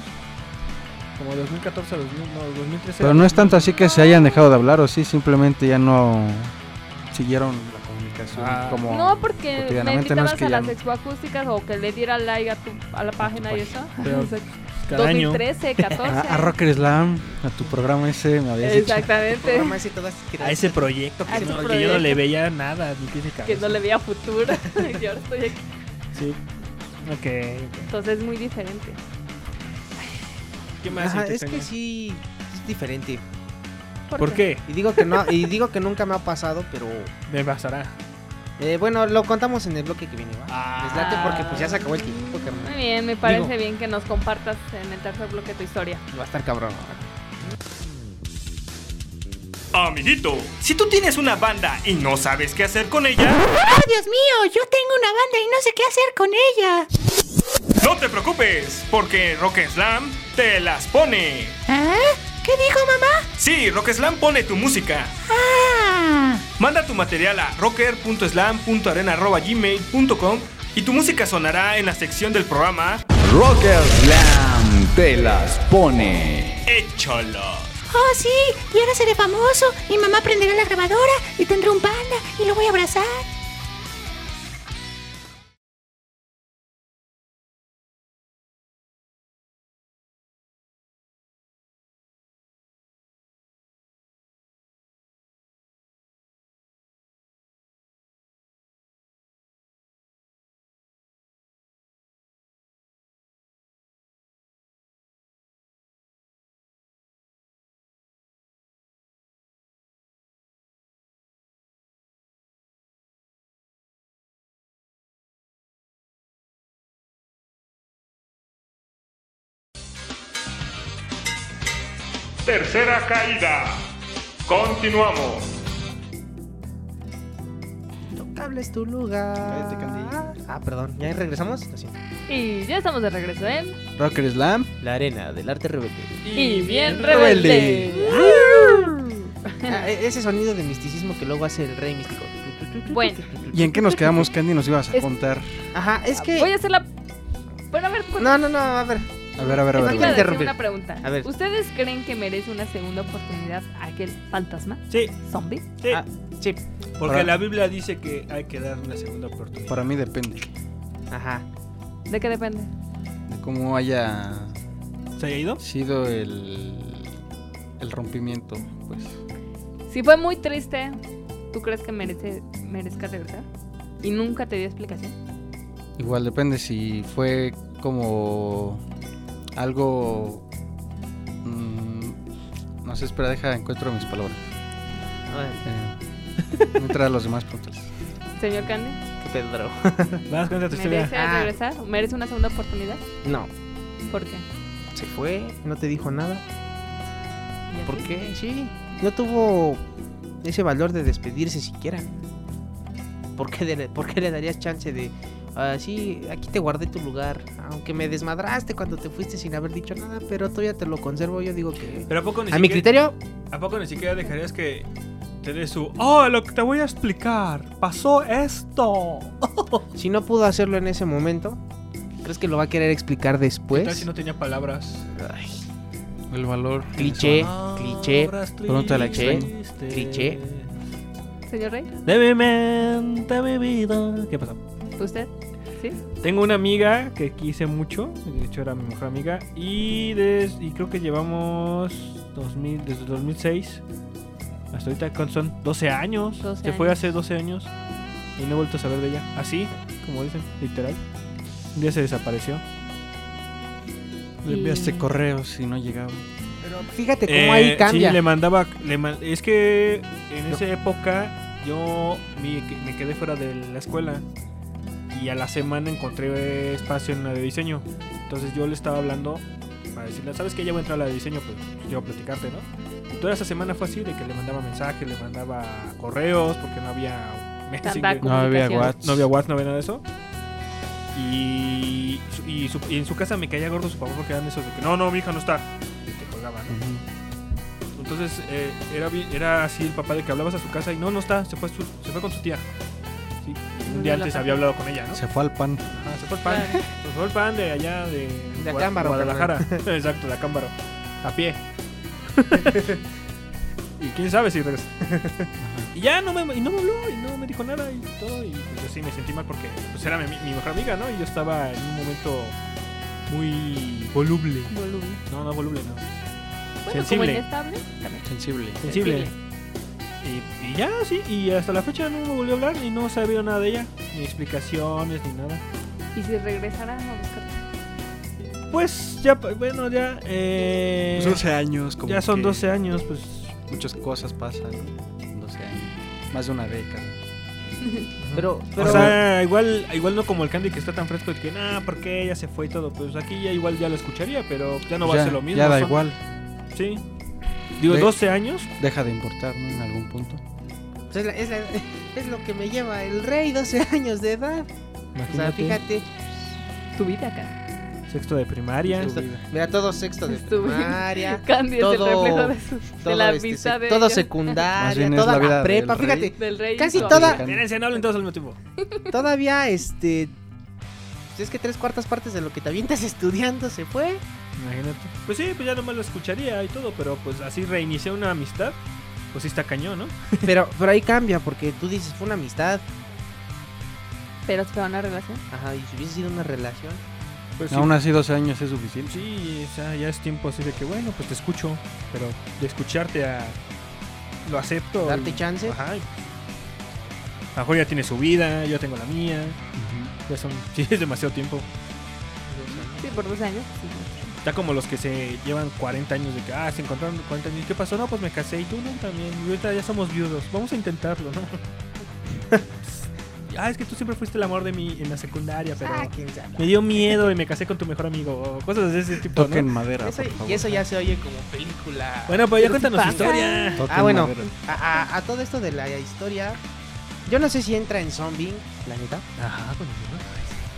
Como 2014 a 2000, no, 2013.
Pero no es tanto así que se hayan dejado de hablar o sí, simplemente ya no siguieron la comunicación
Ah.
como
No, porque me
cotidianamente, no
invitabas
es que
a
ya
las
no.
expoacústicas o que le diera like a, tu, a la página y eso.
Pero,
O sea,
cada año.
2013, 14.
A, a Rocker Slam, a tu programa ese, me habías dicho.
Exactamente.
A ese proyecto que,
A ese
no- que yo
proyecto.
no le veía nada, ni pies ni
Que
cabeza.
no le veía futuro. y ahora estoy aquí.
Sí. Ok, ok.
Entonces es muy diferente.
¿Qué más?
Ajá,
Ite,
es que
Tania?
sí, es diferente.
¿Por ¿Por qué? qué?
Y digo que no, y digo que nunca me ha pasado, pero
me pasará.
Eh, bueno, lo contamos en el bloque que viene, ¿va? Les late porque pues ya se acabó el tiempo, carnal.
Ah, Muy bien, me
Digo,
parece bien que nos compartas en el tercer bloque tu historia.
va a estar cabrón.
Amiguito, si tú tienes una banda y no sabes qué hacer con ella,
¡Ay, Dios mío! Yo tengo una banda y no sé qué hacer con ella.
no te preocupes, porque Rock Slam te las pone.
¿Ah? ¿Qué dijo mamá?
Sí, Rock Slam pone tu música.
Ah.
Manda tu material a rocker.slam.arena.gmail.com y tu música sonará en la sección del programa
Rocker Slam te las pone.
Échalo.
Oh, sí. Y ahora seré famoso. Mi mamá prenderá la grabadora y tendré un panda y lo voy a abrazar.
Tercera caída. Continuamos.
Notable es tu lugar. Ah, perdón, ¿ya regresamos? Lo siento.
Y ya estamos de regreso, ¿eh?
Rocker Slam.
La arena del arte rebelde.
Y bien
rebelde.
rebelde.
Ah, e- ese sonido de misticismo que luego hace el rey místico.
Bueno,
¿Y en qué nos quedamos, Candy? Nos ibas a
Es-
contar.
Ajá, es que.
Ah, voy a hacer la. Bueno, a ver.
No, no, no, a ver.
A ver, a ver, a ver.
Iba a hacer una pregunta.
A ver.
¿Ustedes creen que merece una segunda oportunidad aquel fantasma?
Sí.
¿Zombie?
Sí.
Ah, sí.
Porque
Para-
la Biblia dice que hay que dar una segunda oportunidad.
Para mí depende
Ajá.
¿De qué depende?
de cómo haya
¿Se haya ido?
sido el, el rompimiento, pues.
Si fue muy triste, ¿tú crees que merece, merezca regresar? Y nunca te dio explicación.
Igual depende si fue como algo. mm, no sé, espera, deja, encuentro mis palabras. Eh, mientras los demás puntos.
Señor Candy,
Qué pedro.
Vas, cuenta tu historia.
Ah.
¿merece regresar? ¿Merece una segunda oportunidad?
No.
¿Por qué?
se fue, no te dijo nada. ¿Por qué? Sí, no tuvo ese valor de despedirse siquiera. ¿Por qué, de- por qué le darías chance de... "Ah, sí, aquí te guardé tu lugar, aunque me desmadraste cuando te fuiste sin haber dicho nada, pero todavía te lo conservo, yo digo que...
Pero ¿a poco ni
A mi
siquiera-
criterio,
¿A poco ni siquiera dejarías que te dé su. ¡Oh, lo que te voy a explicar! ¡Pasó esto!
si no pudo hacerlo en ese momento, ¿crees que lo va a querer explicar
¿Qué tal
después?
si no tenía palabras?
El valor.
Cliché, cliché,
Pregúntale a
cliché,
Einstein.
cliché.
Señor Rey,
De mi mente, mi vida. ¿Qué pasó?
¿usted? ¿Sí?
Tengo una amiga que quise mucho, de hecho era mi mejor amiga, y, des- y creo que llevamos 2000, desde 2006 hasta ahorita, ¿cuántos son? 12 años.
12
Se fue
años.
hace 12 años y no he vuelto a saber de ella. Así, como dicen, literal. Un día se desapareció.
Le enviaste correos y no llegaba.
Fíjate
Eh,
cómo ahí cambia.
Sí, le mandaba. le man- es que en esa época yo me, me quedé fuera de la escuela y a la semana encontré espacio en la de diseño. Entonces yo le estaba hablando para decirle, ¿sabes qué? Ya voy a entrar a la de diseño, pues quiero platicarte, ¿no? Y toda esa semana fue así, de que le mandaba mensajes, le mandaba correos, porque no había
Tanta
Messenger.
No había comunicación. WhatsApp.
No había WhatsApp, no había nada de eso. Y, su- y su- y en su casa me caía gordo su papá porque eran esos de que no, no, mi hija no está. Y te colgaban. ¿no? Entonces eh, era, bi- era así el papá de que hablabas a su casa y no, no está, se fue, su- se fue con su tía. Sí, y Un día antes había hablado con ella, ¿no?
Se fue al pan.
Ah, se fue el pan. se fue el pan de allá de,
De
Gua-
Acámbaro,
Guadalajara.
carnal.
Exacto, de Acámbaro. A pie. y quién sabe si regresa. y ya no me, y no me habló y no me dijo nada y todo. Y pues yo sí me sentí mal porque pues era mi, mi mejor amiga, ¿no? Y yo estaba en un momento muy voluble.
Voluble.
No, no voluble, no.
Bueno, como
Sensible.
inestable. también.
Sensible.
Sensible. Y, y ya, sí, y hasta la fecha no me volvió a hablar y no sabía nada de ella, ni explicaciones, ni nada.
¿Y si regresara a buscar?
Pues ya, pa- bueno, ya. Eh,
Pues 12 años, como
Ya son
que-
12 años, pues.
Muchas cosas pasan. ¿no? En 12 años. Más de una década.
Pero,
o sea, igual, igual no como el Candy que está tan fresco de que, nah, ¿por qué ella se fue y todo? Pues aquí ya igual ya lo escucharía, pero ya no va
Ya-
a ser lo mismo.
ya da
son-
igual.
Sí. Digo,
De-
12 años.
Deja de importar, ¿no? En algún punto.
Pues es, la- es la- es lo que me lleva el rey, 12 años de edad. O sea,
Imagínate.
fíjate.
Tu vida acá.
Sexto de primaria.
Sexto- Mira, todo sexto de
Tu vida.
primaria.
Cambia, es el
todo-
reflejo de su- de
todo,
la
este,
vida
sec-
de
Todo
ellos.
Más bien
secundaria,
es
toda
la
la,
vida del
prepa.
rey.
Fíjate,
Del rey.
casi
y su
toda,
americano.
Espérense, no hablen todos al mismo tiempo.
todavía, este... pues Es que tres cuartas partes de lo que te avientas estudiando se fue.
Imagínate. Pues sí, pues ya nomás lo escucharía y todo, pero pues así reinicié una amistad. Pues sí está cañón, ¿no?
Pero, pero ahí cambia, porque tú dices, fue una amistad.
Pero fue una relación.
Ajá, y si hubiese sido una relación.
Pues
Aún
sí.
así, 12 años es suficiente.
Sí, o sea, ya es tiempo así de que, bueno, pues te escucho, pero de escucharte a... Lo acepto.
Darte
y-
chance.
Ajá. y- A lo mejor ya tiene su vida, yo tengo la mía. Ya son... Sí, es demasiado tiempo.
Sí, por dos años. sí.
Ya como los que se llevan 40 años de que, ah, se encontraron 40 años. ¿Qué pasó? No, pues me casé y tú no también. Y ahorita ya somos viudos. Vamos a intentarlo, ¿no? ah, es que tú siempre fuiste el amor de mí en la secundaria, pero...
Ah, quién sabe.
Me dio miedo y me casé con tu mejor amigo. O cosas de ese tipo,
Toquen
¿no?
madera,
Eso- y eso ya se oye como película.
Bueno, pues ya
Pero sí
cuéntanos tu
pasa.
historia.
Ah, bueno, a, a- a todo esto de la historia, yo no sé si entra en zombie, la neta.
Ajá,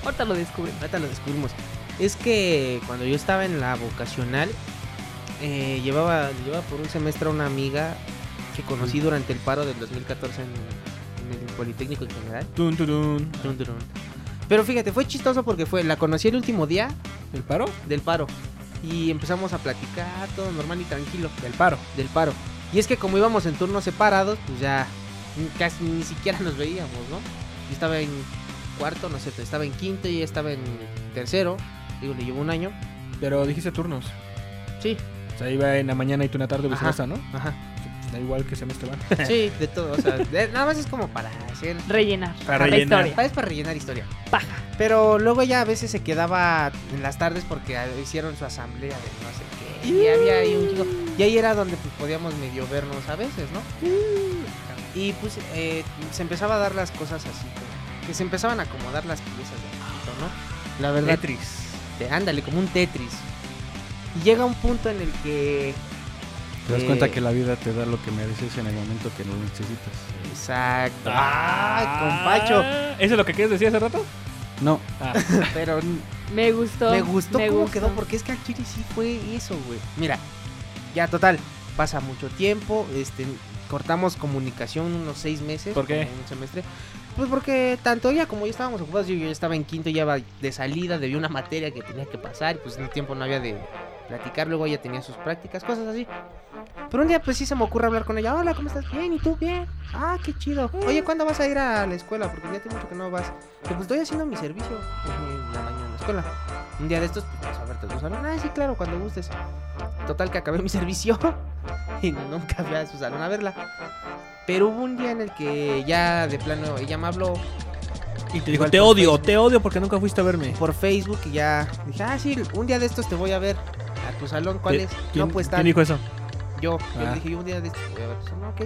Ahorita lo descubren.
Ahorita lo descubrimos. Es que cuando yo estaba en la vocacional, eh, llevaba, llevaba por un semestre a una amiga que conocí durante el paro del 2014 en, en el Politécnico en general.
Tun, turun.
Tun, turun. Pero fíjate, fue chistoso porque fue, la conocí el último día
¿El paro?
del paro. Y empezamos a platicar, todo normal y tranquilo.
Del paro.
Del paro. Y es que como íbamos en turnos separados, pues ya ni- casi ni siquiera nos veíamos, ¿no? Yo estaba en cuarto, no sé, estaba en quinto y ella estaba en tercero. Digo, le llevo un año.
Pero dijiste turnos.
Sí.
O sea, iba en la mañana y tú en la tarde o
Ajá,
viceversa, ¿no?
Ajá.
Da igual que semestre van.
Sí, de todo. O sea, de- nada más es como para hacer.
Rellenar.
Para rellenar.
Ah, Es para rellenar historia. Pero luego ya a veces se quedaba en las tardes porque ah, hicieron su asamblea de no sé qué. Y había ahí un chico. Y ahí era donde pues, podíamos medio vernos a veces, ¿no? Y pues eh, se empezaba a dar las cosas así. como Que se empezaban a acomodar las piezas de a poquito, ¿no? La verdad.
Tetris.
Te- ándale, como un Tetris. Y llega un punto en el que...
Te das
eh,
cuenta que la vida te da lo que mereces en el momento que lo necesitas.
Exacto. Ah, compacho.
¿Eso es lo que quieres decir hace rato? Ah.
No.
Pero
Me gustó.
me gustó cómo quedó, porque es que al chile sí fue eso, güey. Mira, ya total, pasa mucho tiempo, este, cortamos comunicación unos seis meses.
¿Por qué?
como Un semestre. Pues porque tanto ella como yo estábamos ocupados, yo, yo ya estaba en quinto, ya iba de salida, debía una materia que tenía que pasar, y pues en el tiempo no había de platicar, luego ella tenía sus prácticas, cosas así. Pero un día pues sí se me ocurre hablar con ella, hola, ¿cómo estás? Bien, ¿y tú? Bien. Ah, qué chido. Oye, ¿cuándo vas a ir a la escuela? Porque ya tiene mucho que no vas. Que pues estoy haciendo mi servicio en la mañana en la escuela. Un día de estos, pues vamos a verte tú salón. Ah, sí, claro, cuando gustes. Total que acabé mi servicio y nunca fui a su salón a verla. Pero hubo un día en el que ya de plano ella me habló
Y te
dijo,
digo,
"Te
te
odio,
odio, te odio porque nunca fuiste a verme.
por Facebook y ya dije, ah, sí, un día de estos te voy a ver a tu salón. ¿Cuál
¿Qui-
es?
quién-
no, pues
quién
tal.
dijo eso?
Yo, yo
Ah.
le dije, yo un día de estos te voy a ver a tu salón, ok.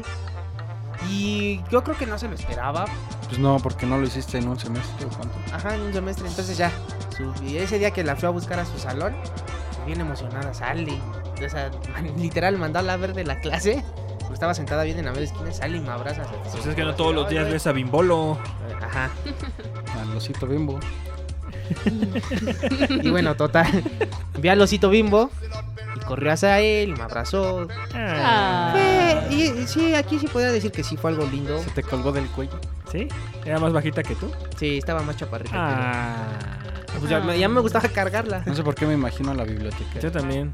Y yo creo que no se lo esperaba,
Pues no, porque no lo hiciste en un semestre o cuánto.
Ajá, en un semestre. Entonces ya. su- Y ese día que la fui a buscar a su salón, bien emocionada, sale. y- O sea, literal, mandarla a ver de la clase. Porque estaba sentada bien en la mera esquina, sale y me abraza.
Pues es que no todos los días ves a Bimbolo.
Ajá.
Al osito bimbo.
Y bueno, total. Vi al osito bimbo y corrió hacia él y me abrazó.
Ah.
Ah.
Eh,
Fue- y, y sí, aquí sí podría decir que sí fue algo lindo.
Te colgó del cuello.
¿Sí? ¿Era más bajita que tú?
Sí, estaba más chaparrita. que yo.
Ah.
Pues ya, me- ya me gustaba cargarla.
No sé por qué me imagino a la biblioteca.
Yo también.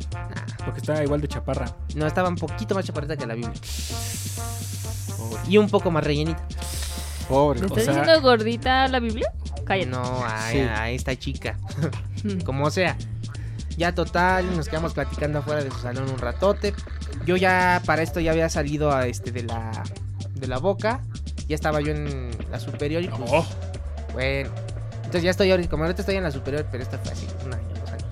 Porque estaba igual de chaparra.
No, estaba un poquito más chaparrita que la Biblia. Y un poco más rellenita.
Pobre.
¿Me
o
estás
sea-
diciendo gordita la Biblia? Cállate. Mm.
No, a,
Sí.
a esta chica. Como sea. Ya total, nos quedamos platicando afuera de su salón un ratote. Yo ya para esto ya había salido a este de la de la boca. Ya estaba yo en la superior y pues, bueno. Entonces ya estoy ahorita, como ahorita estoy en la superior, pero esto fue así, un año, dos años.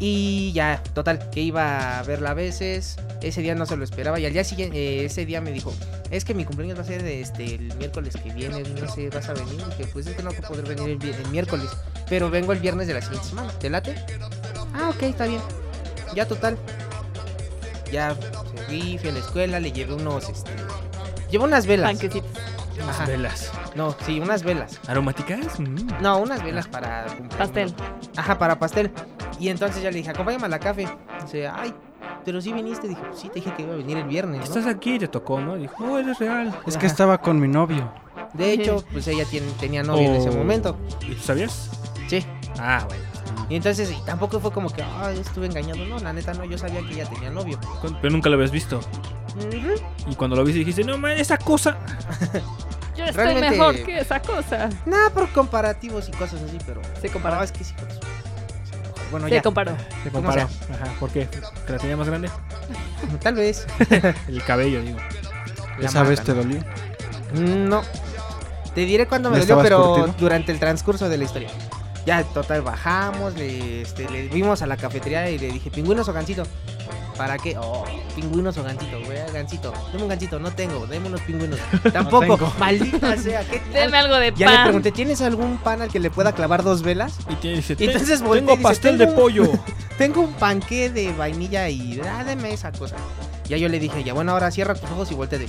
Y ya, total, que iba a verla a veces. Ese día no se lo esperaba. Y al día siguiente, eh, ese día me dijo, es que mi cumpleaños va a ser este, el miércoles que viene, no sé, vas a venir. Y dije, pues es que no voy a poder venir el, vi- el miércoles. Pero vengo el viernes de la siguiente semana. ¿Te late? Ah, ok, está bien. Ya total. Ya se fui, fui a la escuela, le llevé unos, este. Llevo unas velas.
Panquecitos.
Ajá.
Velas.
No, sí, unas velas.
¿Aromáticas? Mm.
No, unas velas para cumpleaños.
Pastel.
Ajá, para pastel. Y entonces ya le dije, acompáñame a la café. Dice, ay, pero sí viniste. Dije, sí, te dije que iba a venir el viernes. ¿no?".
Estás aquí y te tocó, ¿no? Dijo, no, eres real.
Es que estaba con mi novio.
De hecho, pues ella tiene- tenía novio en ese
Oh.
momento.
¿Y tú sabías?
Sí.
Ah, bueno.
Y entonces, y tampoco fue como que, ay, estuve engañado. No, la neta no, yo sabía que ella tenía novio.
Pero nunca lo habías visto.
Ujú.
Y cuando lo viste dijiste, no, man, esa cosa.
Yo estoy
Realmente-
mejor que esa cosa.
Nada por comparativos y cosas así, pero.
Se comparó.
No, es que sí, pues, se enojó. Bueno,
Se
ya.
comparó.
Se
Como
comparó.
sea.
Ajá, ¿por qué? ¿Que la tenía más grande?
Tal vez.
El cabello, digo.
La
¿Esa vez
mata,
te dolió?
No. Te diré cuándo me
¿Ya
dolió,
estabas
pero
curtido?
durante el transcurso de la historia. Ya, total, bajamos, le, este, le vimos a la cafetería y le dije, pingüinos o gancito. ¿Para qué? Oh, pingüinos o gancito, güey, gancito. Deme un gancito, no tengo, deme unos pingüinos. Tampoco,
tengo.
maldita sea, ¿qué tal?
Deme algo de
Ya le
pan.
pregunté, ¿tienes algún pan al que le pueda clavar dos velas?
Y te dice,
Y entonces
"Ten-
volteé y
tengo
dice,
pastel
"Tengo
de
un-
pollo.
Tengo un panqué de vainilla y ah, deme esa cosa. Ya yo le dije, ya bueno, ahora cierra tus ojos y volteate.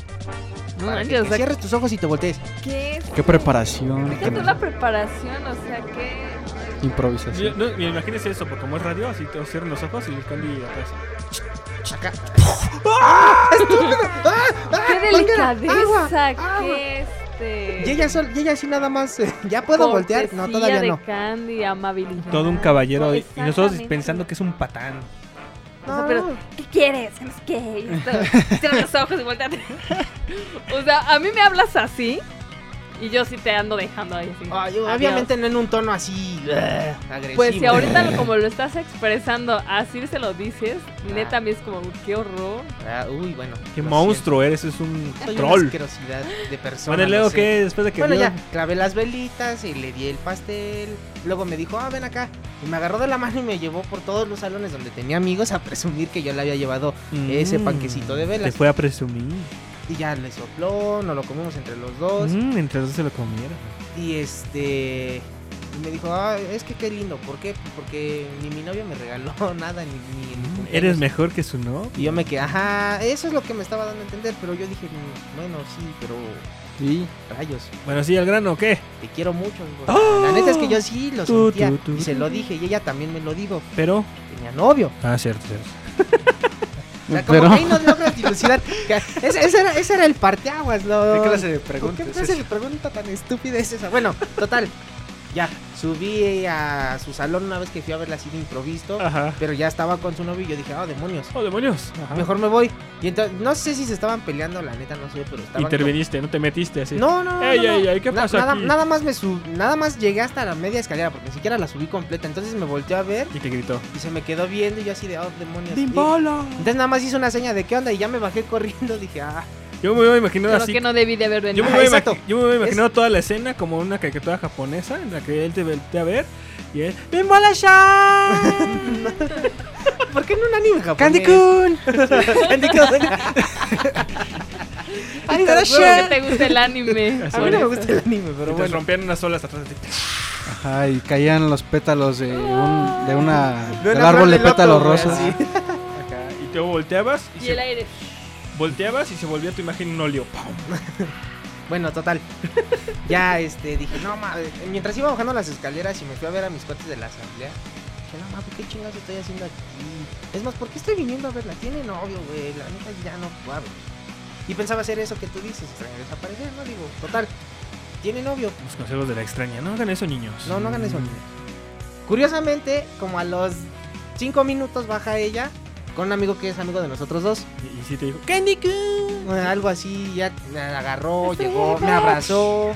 No
Para que
manches, o
te
sea,
cierres tus ojos y te voltees.
¿Qué es?
Qué preparación.
Fíjate la preparación, o sea, que...
Improvisación.
No, mira, imagínese eso, porque como es radio, así te cierran los ojos y el candy atrás.
Acá. ¡Ah!
¡Qué
manguera,
delicadeza!
agua.
¡Qué este!
Y ella, sol- y ella así nada más, eh, ¿ya puedo voltear? No,
cortesía
todavía
de
no.
Candy, amabilidad.
Todo un caballero. Y y nosotros
Exactamente.
pensando que es un patán.
O sea, pero, ¿qué quieres? ¿Qué no sé qué? Y esto, Cierra los ojos y volteate. o sea, a mí me hablas así y yo sí te ando dejando ahí así.
Ay,
Adiós.
obviamente no en un tono así eh, agresivo.
Pues si ahorita lo- como lo estás expresando, así se lo dices, neta a mí es como, qué horror.
Ah, uy, bueno.
Qué
lo
monstruo eres, es un
siento. Soy una
troll.
asquerosidad de persona.
Bueno, y luego
lo sé.
que después de que
Bueno,
vio-
ya, clavé las velitas y le di el pastel. Luego me dijo, ah, ven acá. Y me agarró de la mano y me llevó por todos los salones donde tenía amigos a presumir que yo le había llevado ese
Mm,
panquecito de
Te
velas.
fue a presumir.
Y ya le sopló, nos lo comimos entre los dos.
Mm, entre los dos se lo comieron.
Y este. Y me dijo, "Ah, es que qué lindo, ¿por qué? Porque ni mi novio me regaló nada, ni, ni en mi cumpleaños".
Mm, Eres mejor que su no.
Y yo me quedé, ajá, eso es lo que me estaba dando a entender, pero yo dije, "Mm, bueno, sí, pero...
Sí.
Rayos.
Bueno, sí, al grano, ¿qué?
Te quiero mucho. digo.
¡Oh!
Pues, La neta es que yo sí lo
Tú,
sentía
tú, tú,
y se
tú.
lo dije y ella también me lo dijo.
Pero.
Tenía novio.
Ah, cierto, cierto.
O sea, como que ahí no logras dilucidar. Que Ese, ese era, ese era el parteaguas, ¿no?
¿Qué clase de pregunta
¿Qué
es
clase
esa?
de pregunta tan estúpida es esa? Bueno, total. Ya, subí a su salón una vez que fui a verla así de improviso.
Ajá.
Pero ya estaba con su novio y yo dije, oh, demonios.
Oh, demonios. Ajá.
Mejor me voy. Y entonces, no sé si se estaban peleando, la neta, no sé, pero estaban.
Interveniste, no te metiste así.
No, no, no.
Ey,
no,
ey,
no.
ey, ¿qué
Na-
pasó
nada,
aquí?
nada más me sub- nada más llegué hasta la media escalera porque ni siquiera la subí completa. Entonces me volteó a ver
Y te gritó.
y se me quedó viendo y yo así de, oh, demonios. Y-
¡Dimbolo!
Entonces nada más hizo una seña de qué onda y ya me bajé corriendo. Dije, ah.
Yo me voy a imaginar
Creo
así.
que no debí de haber
Yo
venido.
me, voy a imagi- yo me voy a imaginar toda la escena como una caricatura japonesa en la que él te voltea a ver y él. ¡Bimbola Shine!
¿Por qué no un anime japonés?
¡Candy Kun!
Candy
Ay,
Kun. Ay,
te juro que te gusta el anime.
A mí no me gusta el anime,
Y
pero
te
bueno.
rompían unas olas atrás de ti.
Ajá, y caían los pétalos de un de una
De
del
una flor
árbol
de
de
loto,
pétalos
güey,
rosas.
así. Acá, Y te volteabas y,
Y
se-
el aire.
volteabas y se volvía tu imagen un óleo. ¡Pum!
Bueno, total. Ya este dije, no mames. Mientras iba bajando las escaleras y me fui a ver a mis cuates de la asamblea, dije, no mames, ¿qué chingados estoy haciendo aquí? Es más, ¿por qué estoy viniendo a verla? Tiene novio, güey. La neta ya no puedo. Y pensaba hacer eso que tú dices, desaparecer, ¿no? Digo, total. Tiene novio.
Los consejos de la extraña. No hagan eso, niños.
No, no hagan eso,
Mm.
niños. Curiosamente, como a los 5 minutos baja ella con un amigo que es amigo de nosotros dos.
Y, y sí te dijo.
Candy Algo así, ya me agarró, llegó, me abrazó.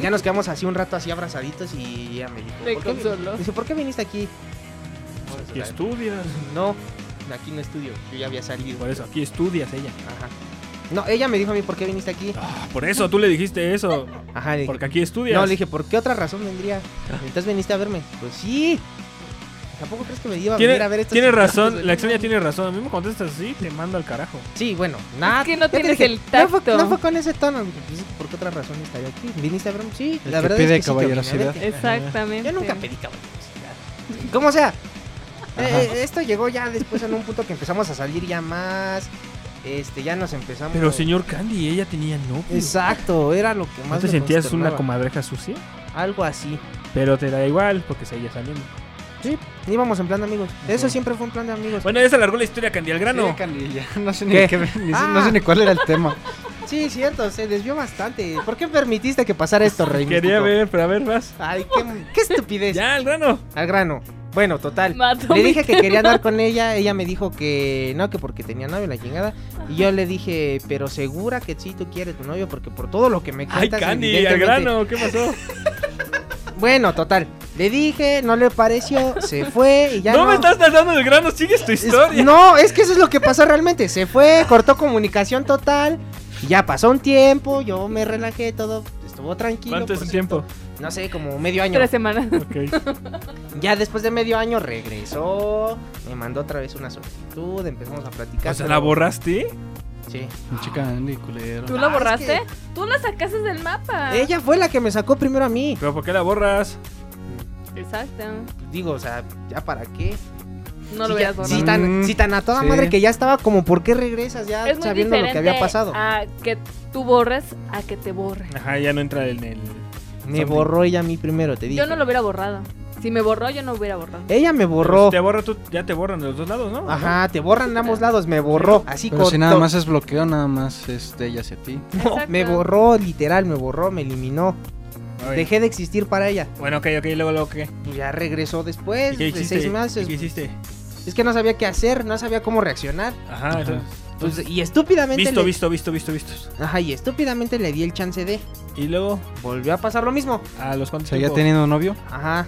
Ya nos quedamos así un rato así abrazaditos y ya me dijo,
Te
"¿Por qué vin-?"
consoló.
Dice, ¿por qué viniste aquí?
Aquí estudias.
No, aquí no estudio, yo ya había salido.
Por eso, aquí estudias ella. Ah,
Ajá. No, ella me dijo a mí, ¿por qué viniste aquí?
Por eso tú le dijiste eso.
Ajá, le dije-
Porque aquí estudias.
No, le dije, ¿por qué otra razón vendría?
Ah.
Entonces viniste a verme. Pues sí. ¿Tampoco crees que me iba a
Tiene,
venir a ver esto?
tiene razón, la extraña tiene razón. A mí me contestas así, te mando al carajo.
Sí, bueno, nada.
Es que no
Ya te
tienes
dije,
el
No fue-
tacto.
No fue, con ese tono. Pues, ¿Por qué otra razón estaría aquí? ¿Viniste a verme? Sí,
El
la
que
verdad
pide
es que sí,
caballerosidad.
Georgina, vete.
Exactamente.
Yo nunca pedí caballerosidad. Como sea, eh, eh, esto llegó ya después en un punto que empezamos a salir ya más. Este, ya nos empezamos.
Pero señor Candy, ella tenía novio.
Exacto, era lo que
¿No
más.
te
me
sentías una
consternaba.
comadreja sucia?
Algo así.
Pero te da igual porque seguía saliendo.
Sí, íbamos en plan de amigos. Eso siempre fue un plan de amigos.
Bueno, ya se alargó la historia, Candy, al grano.
Sí, Candy, ya no sé ni,
¿Qué?
qué- ni-
Ah.
no sé ni cuál era el tema.
Sí, cierto, se desvió bastante. ¿Por qué permitiste que pasara esto, Rey?
Quería
Místico?
ver, pero a ver, vas.
Ay, qué, qué estupidez.
Ya, al grano.
Al grano. Bueno, total.
Mató
le
mi
dije que
tema.
quería andar con ella, ella me dijo que no, que porque tenía novio la chingada. Y yo le dije, pero segura que sí tú quieres tu novio, porque por todo lo que me
Ay,
cuentas.
Candy, al
evidentemente-
grano, ¿qué pasó?
Bueno, total. Le dije, no le pareció, se fue y ya.
no, me estás tardando del grano, sigues tu
Es-
historia.
No, es que eso es lo que pasó realmente. Se fue, cortó comunicación total. Y ya pasó un tiempo, yo me relajé, todo estuvo tranquilo.
¿Cuánto es
por
el
cierto.
tiempo?
No sé, como medio año.
Tres semanas.
Ok.
Ya después de medio año regresó, me mandó otra vez una solicitud, empezamos a platicar.
O sea,
pero-
¿la borraste?
Sí.
Pinche Candy, culero.
¿Tú la
Ah, es
borraste? Tú la sacaste del mapa.
Ella fue la que me sacó primero a mí.
¿Pero por qué la borras?
Exacto.
Digo, o sea, ¿ya para qué?
No lo
si, ya-
hubieras borrado.
si
Mm.
tan, si tan a toda
Sí.
madre que ya estaba como, ¿por qué regresas ya
es muy
sabiendo lo que
diferente Ah.
había pasado?
a que tú borres a que te borren.
Ajá, ya no entra en el.
Me borró ella a mí primero, te dije.
Yo no lo hubiera borrado. Si me borró, yo no hubiera borrado.
Ella me
Pero
borró.
si te borra, tú ya te borran de los dos lados, ¿no?
Oh. Ajá, te borran de ambos lados, me borró. Así
Pero si
corto.
nada más es bloqueo, nada más es de ella hacia ti.
No, me borró, literal, me borró, me eliminó.
Ay.
Dejé de existir para ella.
Bueno, ok, ok, luego, luego, ¿qué?
Pues ya regresó después
¿Y qué
de
hiciste?
seis meses.
¿Y ¿Qué hiciste?
Es que no sabía qué hacer, no sabía cómo reaccionar.
Ajá, entonces.
Pues, y estúpidamente.
Visto,
le-
visto, visto, visto, visto.
Ajá, y estúpidamente le di el chance de.
Y luego,
Volvió a pasar lo mismo.
a los cuantos.
¿Seguía teniendo novio?
Ajá.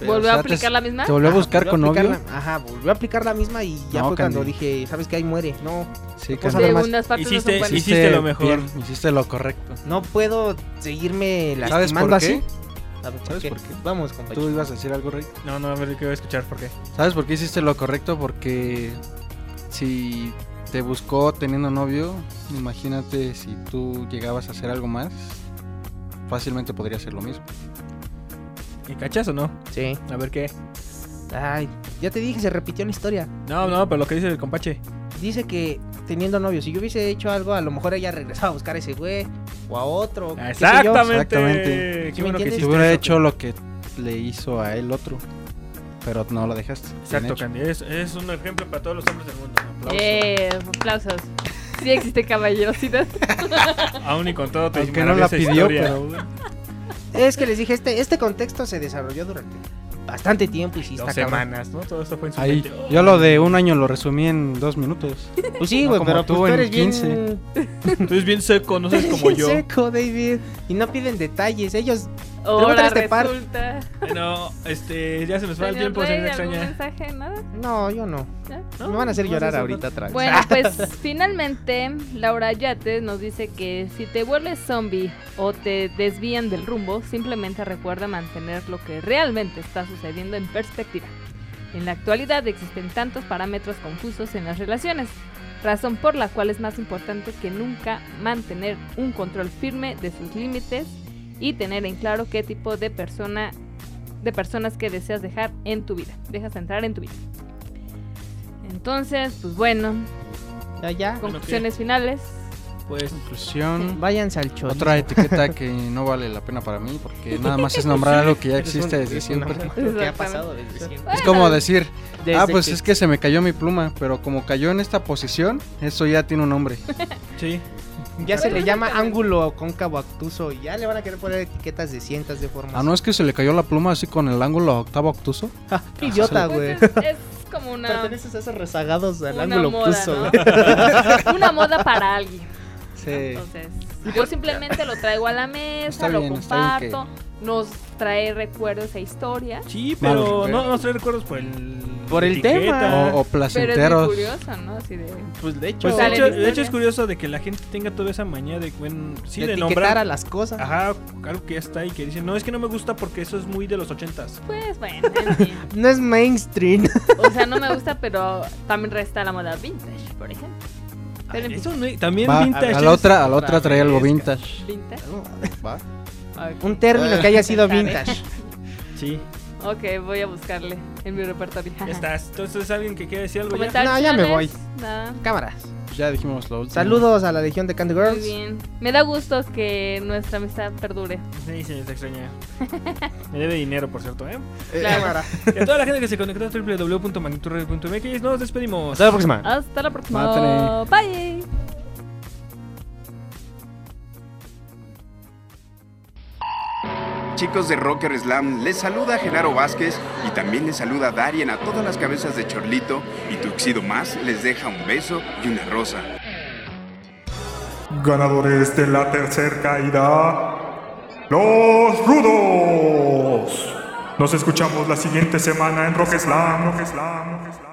Pero,
¿Volvió
o
a
sea,
aplicar
te-
la misma?
¿Te volvió a
Ajá,
buscar con
volvió a aplicar
novio?
la- ajá, volvió a aplicar la misma y ya
No,
fue cuando
Candy.
dije, ¿sabes qué? Ahí muere. No,
Sí,
Pues,
Candy.
Segundas partes
Hiciste-
no son buenas.
hiciste- lo mejor.
bien, hiciste lo correcto.
no puedo seguirme lastimando
¿Sabes por
así.
qué?
¿Sabes
¿Sabes por qué?
Vamos, compañero.
Tú ibas a decir algo, Rey.
No, no, a ver, quiero escuchar por qué.
¿Sabes por qué hiciste lo correcto? Porque si te buscó teniendo novio, imagínate si tú llegabas a hacer algo más, fácilmente podría ser lo mismo.
¿Me cachas o no?
Sí.
A ver qué.
Ay, ya te dije, se repitió la historia.
No, no, pero lo que dice el compache.
Dice que teniendo novios, si yo hubiese hecho algo, a lo mejor ella regresaba a buscar a ese güey o a otro.
Ah,
qué sé yo.
Exactamente.
¿Sí me entiendes?
Si hubiera hecho lo que le hizo a él otro, pero no lo dejaste. Bien
Exacto,
hecho.
Candy. Es, es un ejemplo para todos los hombres del mundo. Aplausos.
Eh, aplausos. Sí existe caballerosidad.
Aún y con todo te
Aunque no la
maravilla
pidió,
historia.
pero-
Es que les dije, este, este contexto se desarrolló durante bastante tiempo y sí está
Dos
cabrón.
semanas, ¿no? Todo esto fue en su
Ahí,
mente. Oh,
yo lo de un año lo resumí en dos minutos.
Pues sí,
No
güey,
como
pero
tú
pues, tú
en
eres
15.
bien...
Tú eres bien seco, no seas como
Bien
yo.
seco, David. Y no piden detalles. Ellos.
Ahora
Pregúntale a este par.
resulta.
No, este, ya se nos fue el
Señor
tiempo,
Rey,
señora
¿algún
extraña.
mensaje? ¿Nada?
No, yo no.
¿Ya?
Me van a hacer
no,
llorar
no, no.
ahorita atrás.
Bueno, pues finalmente Laura Yates nos dice que si te vuelves zombie o te desvían del rumbo, simplemente recuerda mantener lo que realmente está sucediendo en perspectiva. En la actualidad existen tantos parámetros confusos en las relaciones, razón por la cual es más importante que nunca mantener un control firme de sus límites y tener en claro qué tipo de persona de personas que deseas dejar en tu vida, dejas entrar en tu vida. Entonces, pues bueno,
Ya, ya.
conclusiones finales.
Pues
Conclusión.
Váyanse al chorizo.
Otra etiqueta que no vale la pena para mí porque nada más es nombrar algo que ya
Eres un-
existe desde
eres una
siempre.
mujer que ha pasado desde siempre.
Es como decir, ah,
Desde
pues
que-
es que se me cayó mi pluma, pero como cayó en esta posición, eso ya tiene un nombre.
Sí.
Ya se le llama ángulo cóncavo obtuso y ya le van a querer poner etiquetas de cientos de formas.
Ah, no es que se le cayó la pluma así con el ángulo octavo obtuso.
Qué idiota, güey.
Pues Es como una.
Perteneces a esos rezagados al
una
ángulo
moda,
obtuso,
¿no?
güey.
Una moda para alguien.
Sí.
Entonces, yo simplemente lo traigo a la mesa,
Está
lo
bien, está bien que-
comparto, nos trae recuerdos e historias.
Sí,
Mal
pero
recuerdo.
no nos trae recuerdos por el.
Por el
etiqueta.
tema. O- o placenteros.
Pero es muy curioso, ¿no? Así de.
Pues de hecho,
Pues de,
Sale
hecho,
la
de
historia.
hecho es curioso de que la gente tenga toda esa manía de, bueno, sí,
De
de,
etiquetar
nombrar
a las cosas.
Ajá, algo que ya está y que dicen, no, es que no me gusta porque eso es muy de los ochentas.
Pues bueno, en fin.
no es mainstream.
o sea, no me gusta, pero también resta la moda vintage, por ejemplo. Pero en fin,
Eso no, también
Va,
vintage.
a la
es-
otra, a la otra traía algo vintage.
vintage.
Va.
Ok.
Un término que haya sido vintage.
Sí.
Ok, voy a buscarle en mi repertorio.
Ya Estás. Entonces, alguien que quiera decir algo ya.
Comentar
No, ya me voy.
opciones, Nada.
Cámaras.
Ya dijimos lo último.
Saludos a la legión de Candy
Muy
Girls.
bien. Me da gusto que nuestra amistad perdure.
Sí, se extraña. Me debe dinero, por cierto, ¿eh?
Claro.
Y a toda la gente que se conectó a www.magnitudradio.mx, nos despedimos.
Hasta la próxima.
Hasta la próxima.
Mátale.
Bye.
Chicos de Rocker Slam, les saluda Genaro Vázquez y también les saluda Darien a todas las cabezas de Chorlito y Tuxido Más les deja un beso y una rosa.
Ganadores de la tercera caída, los rudos. Nos escuchamos la siguiente semana en Rock Slam, Rock Slam, Rock Slam.